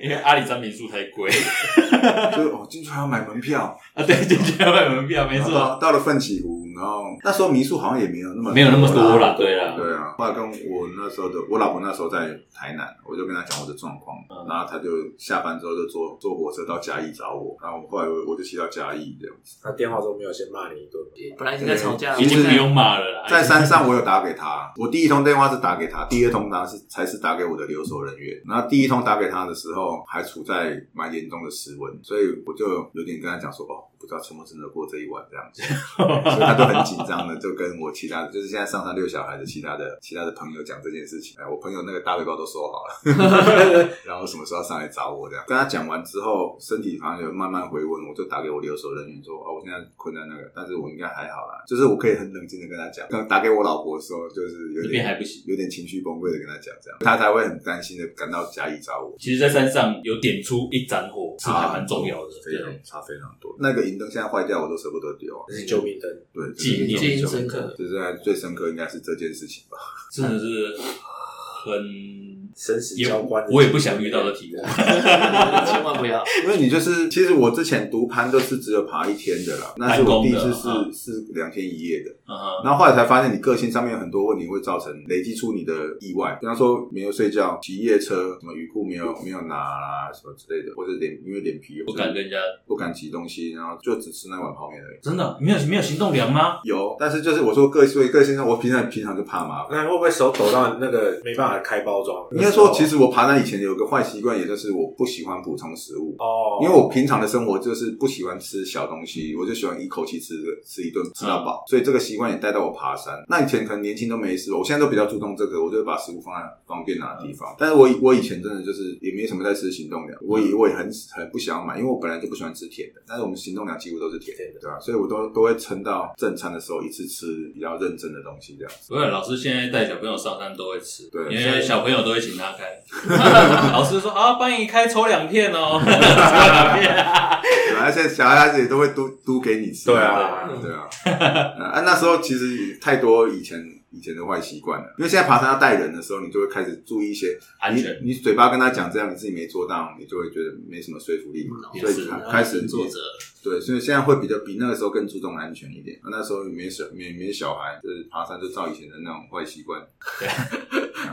Speaker 1: 因为阿里山民宿太贵
Speaker 2: 就是哦，进去还要买门票，
Speaker 1: 啊。对，就这样 买门票，没
Speaker 2: 然后到
Speaker 1: 错，
Speaker 2: 到了奋起湖，然后那时候民宿好像也没有那么
Speaker 1: 没有那么多
Speaker 2: 啦
Speaker 1: 啦，对啦，
Speaker 2: 对啊，后来跟我那时候的我老婆那时候在台南，我就跟她讲我的状况，
Speaker 1: 嗯
Speaker 2: 然后她就下班之后就坐坐火车到嘉义找我，然后后来我我就骑到嘉义这样。
Speaker 7: 那电话中没有先骂你一顿吗，
Speaker 3: 本来已经在吵架了，
Speaker 1: 已经不
Speaker 3: 现在
Speaker 1: 用骂了啦。
Speaker 2: 啊在山上，我有打给他，我第一通电话是打给他，第二通打是才是打给我的留守人员。然后第一通打给他的时候，还处在蛮严重的失温，所以我就有点跟他讲说，哦，不知道撑不撑得过这一晚这样子，所以他就很紧张的，就跟我其他的，就是现在上山遛小孩的其他的其他的朋友讲这件事情。哎，我朋友那个大背包都收好了，然后什么时候上来找我这样。跟他讲完之后，身体好像有慢慢回温，我就打给我留守人员说，哦，我现在困在那个，但是我应该还好啦，就是我可以很冷静的跟他讲。刚打给我老婆的时候，就是有
Speaker 1: 这边
Speaker 2: 点
Speaker 1: 还不行。
Speaker 2: 有点情绪崩溃的跟他讲这样，他才会很担心的赶到甲乙找我。
Speaker 1: 其实，在山上有点出一盏火是还蛮重要的，
Speaker 2: 非常
Speaker 1: 对，
Speaker 2: 差非常多。那个银灯现在坏掉，我都舍不得丢啊。
Speaker 7: 那是救命灯。
Speaker 2: 对，
Speaker 1: 纪念
Speaker 3: 记忆深刻。
Speaker 2: 就是在最深刻应该是这件事情吧。
Speaker 1: 真的是很
Speaker 7: 生死
Speaker 1: 也
Speaker 7: 交关的
Speaker 1: 我也不想遇到的 体验。 啊
Speaker 3: 千万不要。
Speaker 2: 因为你就是，其实我之前读攀都是只有爬一天的啦，那是我第一次是、
Speaker 1: 单攻
Speaker 2: 是两天一夜的，
Speaker 1: 嗯哼，
Speaker 2: 然后后来才发现你个性上面有很多问题会造成累积出你的意外，比方说没有睡觉、骑夜车、什么雨裤没有没有拿啦、什么之类的，或者脸因为脸皮
Speaker 1: 不敢跟人家
Speaker 2: 不敢骑东西，然后就只吃那碗泡面而已。
Speaker 1: 真的没有没有行动粮吗？
Speaker 2: 有，但是就是我说个所以个性上，我平常平常就怕麻烦。
Speaker 7: 那会不会手抖到那个没办法
Speaker 8: 办法开包装。
Speaker 2: 应该说，其实我爬山以前有个坏习惯，也就是我不喜欢补充食物。
Speaker 8: 哦，
Speaker 2: 因为我平常的生活就是不喜欢吃小东西，我就喜欢一口气吃个吃一顿吃到饱，所以这个习惯也带到我爬山。那以前可能年轻都没事，我现在都比较注重这个，我就会把食物放在方便拿的地方。但是我以我以前真的就是也没什么在吃行动粮，我以我也很很不想要买，因为我本来就不喜欢吃甜的，但是我们行动粮几乎都是甜
Speaker 7: 甜
Speaker 2: 的，
Speaker 7: 的
Speaker 2: 对吧、所以我都都会撑到正餐的时候一次吃比较认真的东西这样子。
Speaker 1: 不是，老师现在带小朋友上山都会吃，
Speaker 2: 对
Speaker 1: 因为小朋友都会请他开。 老师说啊，帮你开抽两片哦，抽两片、
Speaker 2: 对而且小孩子也都会嘟嘟给你吃，
Speaker 8: 对啊，
Speaker 2: 对啊，啊，那时候其实太多以前以前的坏习惯了，因为现在爬山要带人的时候，你就会开始注意一些
Speaker 1: 安全。
Speaker 2: 你你嘴巴跟他讲这样，你自己没做到，你就会觉得没什么说服力嘛，
Speaker 1: 也
Speaker 2: 所
Speaker 1: 嗯是啊
Speaker 2: 以才
Speaker 3: 然后
Speaker 2: 开始
Speaker 3: 作者
Speaker 2: 对，所以现在会比较比那个时候更注重安全一点。那时候没小没没小孩，就是爬山就照以前的那种坏习惯，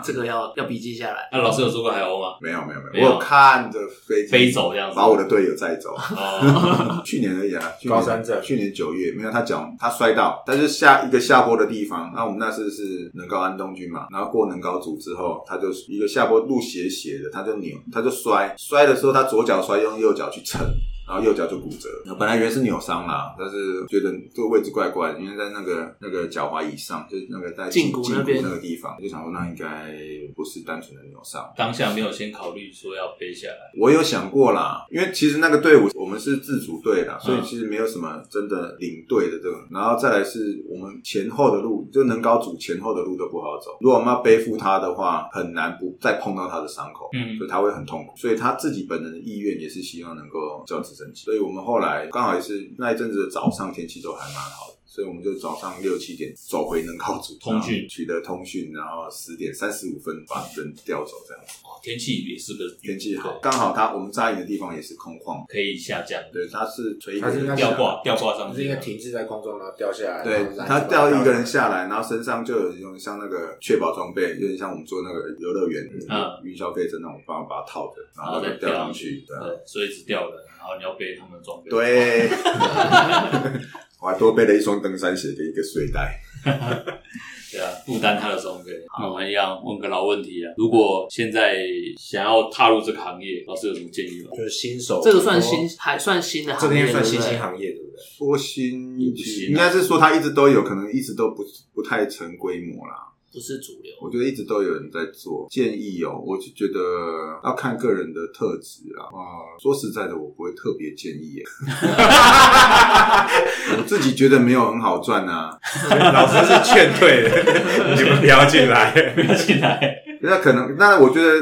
Speaker 3: 这个要要笔记下来。
Speaker 1: 那、老师有做过海鸥 吗？
Speaker 2: 没有没有没
Speaker 1: 没
Speaker 2: 有，
Speaker 1: 有
Speaker 2: 我有看着飞机
Speaker 1: 飞走这样子
Speaker 2: 把我的队友载走。
Speaker 1: 哦，
Speaker 2: 去年而已啊，去年
Speaker 8: 高山症
Speaker 2: 去年九月没有他讲他摔到，但是下一个下坡的地方，那我们那次是能高安东军嘛，然后过能高组之后，他就一个下坡路斜斜的，他就扭，他就摔，摔的时候他左脚摔，用右脚去撑。然后右脚就骨折，本来原是扭伤啦，但是觉得这个位置怪怪的，因为在那个那个脚踝以上，就是那个在
Speaker 3: 胫骨那边
Speaker 2: 胫那个地方，就想说那应该不是单纯的扭伤，
Speaker 1: 当下没有先考虑说要背下来，
Speaker 2: 我有想过啦，因为其实那个队伍我们是自主队
Speaker 1: 嗯
Speaker 2: 啦，所以其实没有什么真的领队的这种。然后再来是我们前后的路，就能高组前后的路都不好走。如果我们要背负他的话，很难不再碰到他的伤口，
Speaker 1: 嗯
Speaker 2: 所以他会很痛苦。所以他自己本人的意愿也是希望能够叫直升机。所以我们后来刚好也是那一阵子的早上天气都还蛮好的。所以我们就早上六七点走回能高组
Speaker 1: 通讯
Speaker 2: 然后取得通讯，然后十点三十五分把人调走，这样
Speaker 1: 哦天气也是个
Speaker 2: 天气好，刚好它我们扎营的地方也是空旷，
Speaker 1: 可以下降，
Speaker 2: 对，它是垂
Speaker 8: 它是应该
Speaker 2: 直
Speaker 8: 是
Speaker 1: 吊挂吊挂上
Speaker 8: 是
Speaker 1: 去
Speaker 8: 应该
Speaker 1: 啊，
Speaker 8: 停滞在空中，然后掉下来。
Speaker 2: 对，
Speaker 8: 然后
Speaker 2: 它掉一个人下来，然后身上就有一种像那个确保装备，有点像我们做那个游乐园
Speaker 1: 嗯
Speaker 2: 云霄飞车那种，把把它套着，然
Speaker 1: 然后
Speaker 2: 后
Speaker 1: 再
Speaker 2: 就
Speaker 1: 掉
Speaker 2: 掉
Speaker 1: 上嗯
Speaker 2: 上
Speaker 1: 去
Speaker 2: 去，，对啊
Speaker 1: 对，所以只掉了，然后你要背他们的装备。，
Speaker 2: 对。 我还多备了一双登山鞋跟一个睡袋。
Speaker 1: 对啊，负担他的装备。那我们一样问个老问题啊，如果现在想要踏入这个行业，老师有什么建议吗？
Speaker 8: 就是新手，
Speaker 3: 这个算新，还算新的
Speaker 8: 这
Speaker 3: 行
Speaker 8: 个应
Speaker 3: 业，
Speaker 8: 该算新
Speaker 3: 对不对
Speaker 8: 兴行业，对不 对？
Speaker 2: 说新
Speaker 1: 也不行啊
Speaker 2: 应该是说它一直都有，可能一直都不不太成规模啦。
Speaker 3: 不是主流。
Speaker 2: 我觉得一直都有人在做建议哦，我就觉得要看个人的特质啊。啊，说实在的，我不会特别建议耶， 我自己觉得没有很好赚啊。
Speaker 8: 老师是劝退 的，你们不要进来。
Speaker 1: 进来，
Speaker 2: 那可能，那我觉得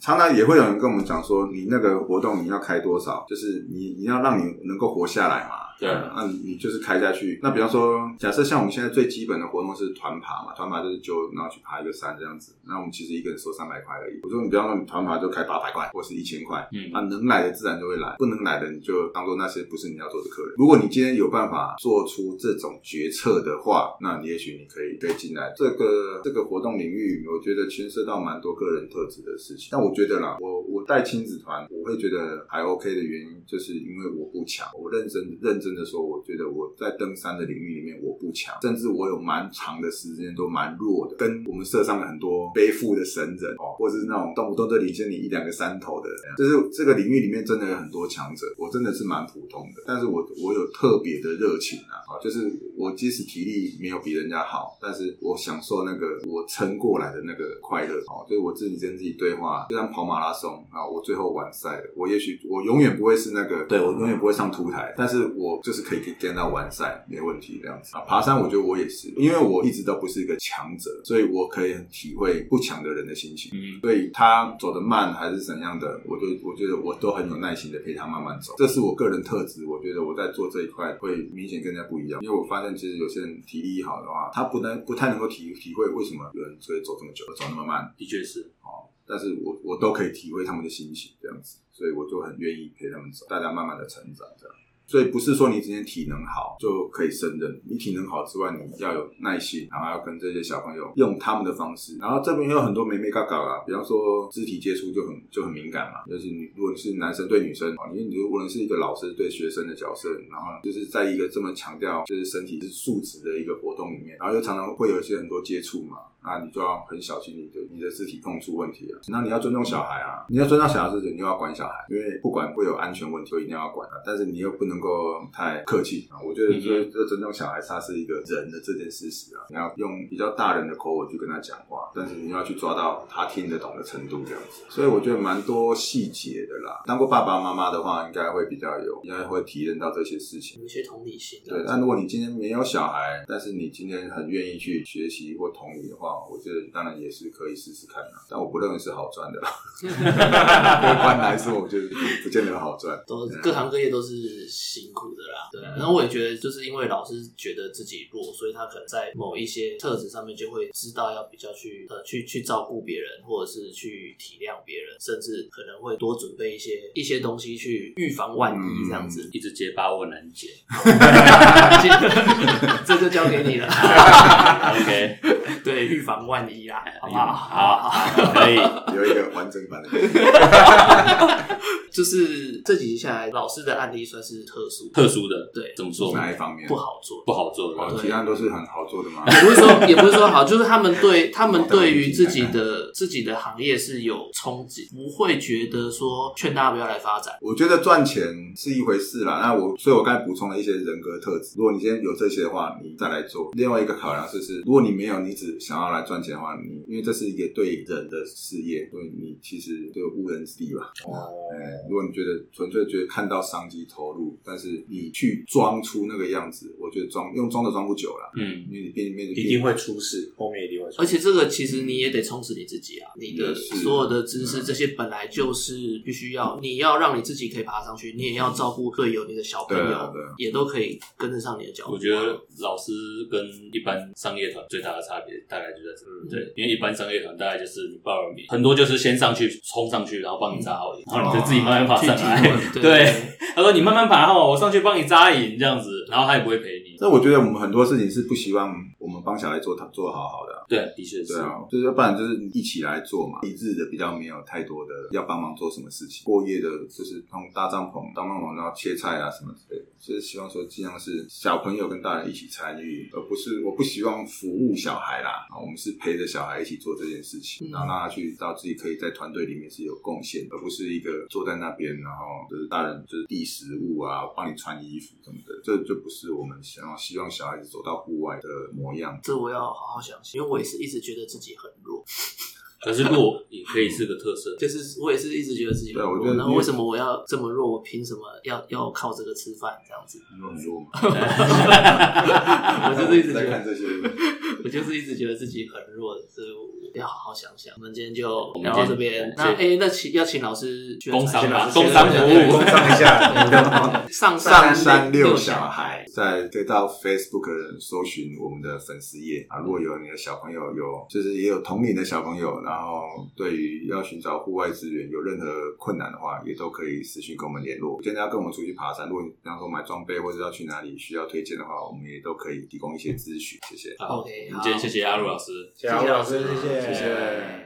Speaker 2: 常常也会有人跟我们讲说，你那个活动你要开多少，就是你你要让你能够活下来嘛。
Speaker 1: 对
Speaker 2: 那你你就是开下去。那比方说，假设像我们现在最基本的活动是团爬嘛，团爬就是就然后去爬一个山这样子。那我们其实一个人收三百块而已。我说你比方说你团爬就开八百块或是一千块，
Speaker 1: 嗯
Speaker 2: 啊，能来的自然就会来，不能来的你就当做那些不是你要做的客人。如果你今天有办法做出这种决策的话，那你也许你可以可以进来这个这个活动领域，我觉得牵涉到蛮多个人特质的事情。但我觉得啦，我我带亲子团，我会觉得还 OK 的原因，就是因为我不强。我认真认真的说，我觉得我在登山的领域里面我不强，甚至我有蛮长的时间都蛮弱的，跟我们社上的很多背负的神人哦，或者是那种动不动就领先你一两个山头的，就是这个领域里面真的有很多强者，我真的是蛮普通的，但是我我有特别的热情啊，哦就是我即使体力没有比人家好，但是我享受那个我撑过来的那个快乐哦，就是我自己跟自己对话，就像跑马拉松啊，我最后完赛了，我也许我永远不会是那个，对我永远不会上凸台，但是我就是可以跟到完赛，没问题这样子啊。爬山我觉得我也是，因为我一直都不是一个强者，所以我可以很体会不强的人的心情。
Speaker 1: 嗯，
Speaker 2: 所以他走得慢还是怎样的，我就我觉得我都很有耐心的陪他慢慢走，这是我个人特质。我觉得我在做这一块会明显更加不一样，因为我发现其实有些人体力好的话，他不能不太能够体体会为什么有人可以走这么久，走那么慢。
Speaker 1: 的确是。
Speaker 2: 但是我我都可以体会他们的心情这样子，所以我就很愿意陪他们走，大家慢慢的成长这样。所以不是说你今天体能好就可以胜任，你体能好之外，你要有耐心，然后要跟这些小朋友用他们的方式。然后这边也有很多妹妹嘎嘎啦，比方说肢体接触就很就很敏感嘛，就是你如果你是男生对女生，哦你你如果你是一个老师对学生的角色，然后就是在一个这么强调就是身体是素质的一个活动里面，然后又常常会有一些很多接触嘛，那你就要很小心你的你的肢体碰触问题啊。那你要尊重小孩啊，你要尊重小孩之前，你就要管小孩，因为不管会有安全问题，就一定要管啊。但是你又不能够太客气啊。我觉得这这尊重小孩，他是一个人的这件事实啊，你要用比较大人的口吻去跟他讲话，但是你要去抓到他听得懂的程度这样子。所以我觉得蛮多细节的啦。当过爸爸妈妈的话，应该会比较有，应该会体验到这些事情。
Speaker 3: 有一些同理心。
Speaker 2: 对， 但如果你今天没有小孩，但是你今天很愿意去学习或同理的话，我觉得当然也是可以试试看的。但我不认为是好赚的啦，对一般来说，我觉得不见得好赚。
Speaker 3: 都
Speaker 1: 啊
Speaker 3: 各行各业都是辛苦的啦，
Speaker 1: 嗯
Speaker 3: 对啊。然后我也觉得，就是因为老师觉得自己弱，所以他可能在某一些特质上面就会知道要比较去呃去去照顾别人，或者是去体谅别人，甚至可能会多准备一些一些东西去预防万
Speaker 1: 嗯
Speaker 3: 一这样子。
Speaker 1: 一直结巴我难解。
Speaker 3: 这就交给你了，
Speaker 1: OK，
Speaker 3: 对，预防万一啦，好不
Speaker 1: 哎
Speaker 3: 好？
Speaker 1: 好，可以。
Speaker 2: 有一个完整版的，
Speaker 3: 就是这几集下来，老师的案例算是特殊，
Speaker 1: 特殊的，
Speaker 3: 对
Speaker 1: 怎么说？
Speaker 2: 哪一方面
Speaker 3: 不？好做，
Speaker 1: 不好做
Speaker 2: 哦
Speaker 1: 的，
Speaker 2: 其他都是很好做的吗？
Speaker 3: 也不是说也不是说好，就是他们对他们对于自己的自己的行业是有憧憬，不会觉得说劝大家不要来发展。
Speaker 2: 我觉得赚钱是一回事啦，那我所以，我刚才补充了一些人格特质。如果你今天有这些的话，你再来做。另外一个考量就是，如果你没有，你只想要来赚钱的话，你因为这是一个对人的事业，所以你其实就误人子弟吧。
Speaker 7: 哦，
Speaker 2: 哎，如果你觉得纯粹觉得看到商机投入，但是你去装出那个样子，我觉得装用装都装不久了，
Speaker 1: 嗯，
Speaker 2: 因为你变面
Speaker 7: 一定会出事，后面一定会出事。
Speaker 3: 而且这个其实你也得充实你自己啊，你的
Speaker 2: 也是
Speaker 3: 所有的知识这些本来就是必须要，你要让你自己可以爬上去，你也要照顾队友、你的小朋
Speaker 2: 对啊
Speaker 3: 友
Speaker 2: 对啊，
Speaker 3: 也都可以跟得上你的脚步。啊
Speaker 1: 我觉得老师跟一般商业团最大的差别大概就在这，
Speaker 7: 嗯
Speaker 1: 对，因为一般商业团大概就是你报了名，很多就是先上去冲上去，然后帮你扎好赢，然后你就自己慢慢爬
Speaker 3: 去
Speaker 1: 上
Speaker 3: 体
Speaker 1: 来。
Speaker 3: 会
Speaker 1: 对，他说你慢慢爬哈，我上去帮你扎赢这样子，然后他也不会赔你。
Speaker 2: 那我觉得我们很多事情是不希望我们帮小孩做，他做得好好的啊、
Speaker 1: 对，的确是
Speaker 2: 对。啊，就是要不然就是一起来做嘛，一致的比较没有太多的要帮忙做什么事情，过夜的就是用搭帐篷、搭帐篷然后切菜啊什么之类的，就是希望说尽量是小朋友跟大人一起参与，而不是我不希望服务小孩啦，啊，我们是陪着小孩一起做这件事情，
Speaker 3: 嗯
Speaker 2: 然后让他去知道自己可以在团队里面是有贡献，而不是一个坐在那边然后就是大人就是递食物啊，帮你穿衣服什么的，这就不是我们想要希望小孩子走到户外的模样。
Speaker 3: 这我要好好想想，因为我也是一直觉得自己很弱，
Speaker 1: 可是弱也可以是个特 色，
Speaker 3: 就是我也是一直觉得自己很
Speaker 2: 对我
Speaker 3: 弱
Speaker 2: 觉得。
Speaker 3: 然
Speaker 2: 你
Speaker 3: 后为什么我要这么弱？我凭什么要要靠这个吃饭这样 子？
Speaker 2: 你有很弱吗？
Speaker 3: 我就是一直觉
Speaker 2: 在看
Speaker 3: 得，
Speaker 2: 这些。
Speaker 3: 我就是一直觉得自己很弱的，所以我要好好想想。我们今天就
Speaker 1: 们今
Speaker 3: 聊到
Speaker 1: 天
Speaker 3: 这边。
Speaker 1: 对
Speaker 3: 那哎，那请要请老师宣
Speaker 1: 工
Speaker 3: 传
Speaker 1: 商
Speaker 3: 一
Speaker 1: 吧，
Speaker 3: 下
Speaker 1: 工商服
Speaker 3: 对
Speaker 1: 务
Speaker 8: 工商一下，
Speaker 3: 上
Speaker 2: 上山
Speaker 3: 山
Speaker 2: 遛
Speaker 3: 小
Speaker 2: 小孩，，在可以到 Facebook 搜寻我们的粉丝页啊。如果有你的小朋友有，就是也有同龄的小朋友，然后对于要寻找户外资源有任何困难的话，也都可以私讯跟我们联络。今天要跟我们出去爬山，如果你比方说买装备或者要去哪里需要推荐的话，我们也都可以提供一些咨询。谢谢。
Speaker 1: 好
Speaker 3: OK，
Speaker 1: 我们今天谢谢阿鲁老师。
Speaker 8: 谢谢老师，谢谢，
Speaker 2: 谢谢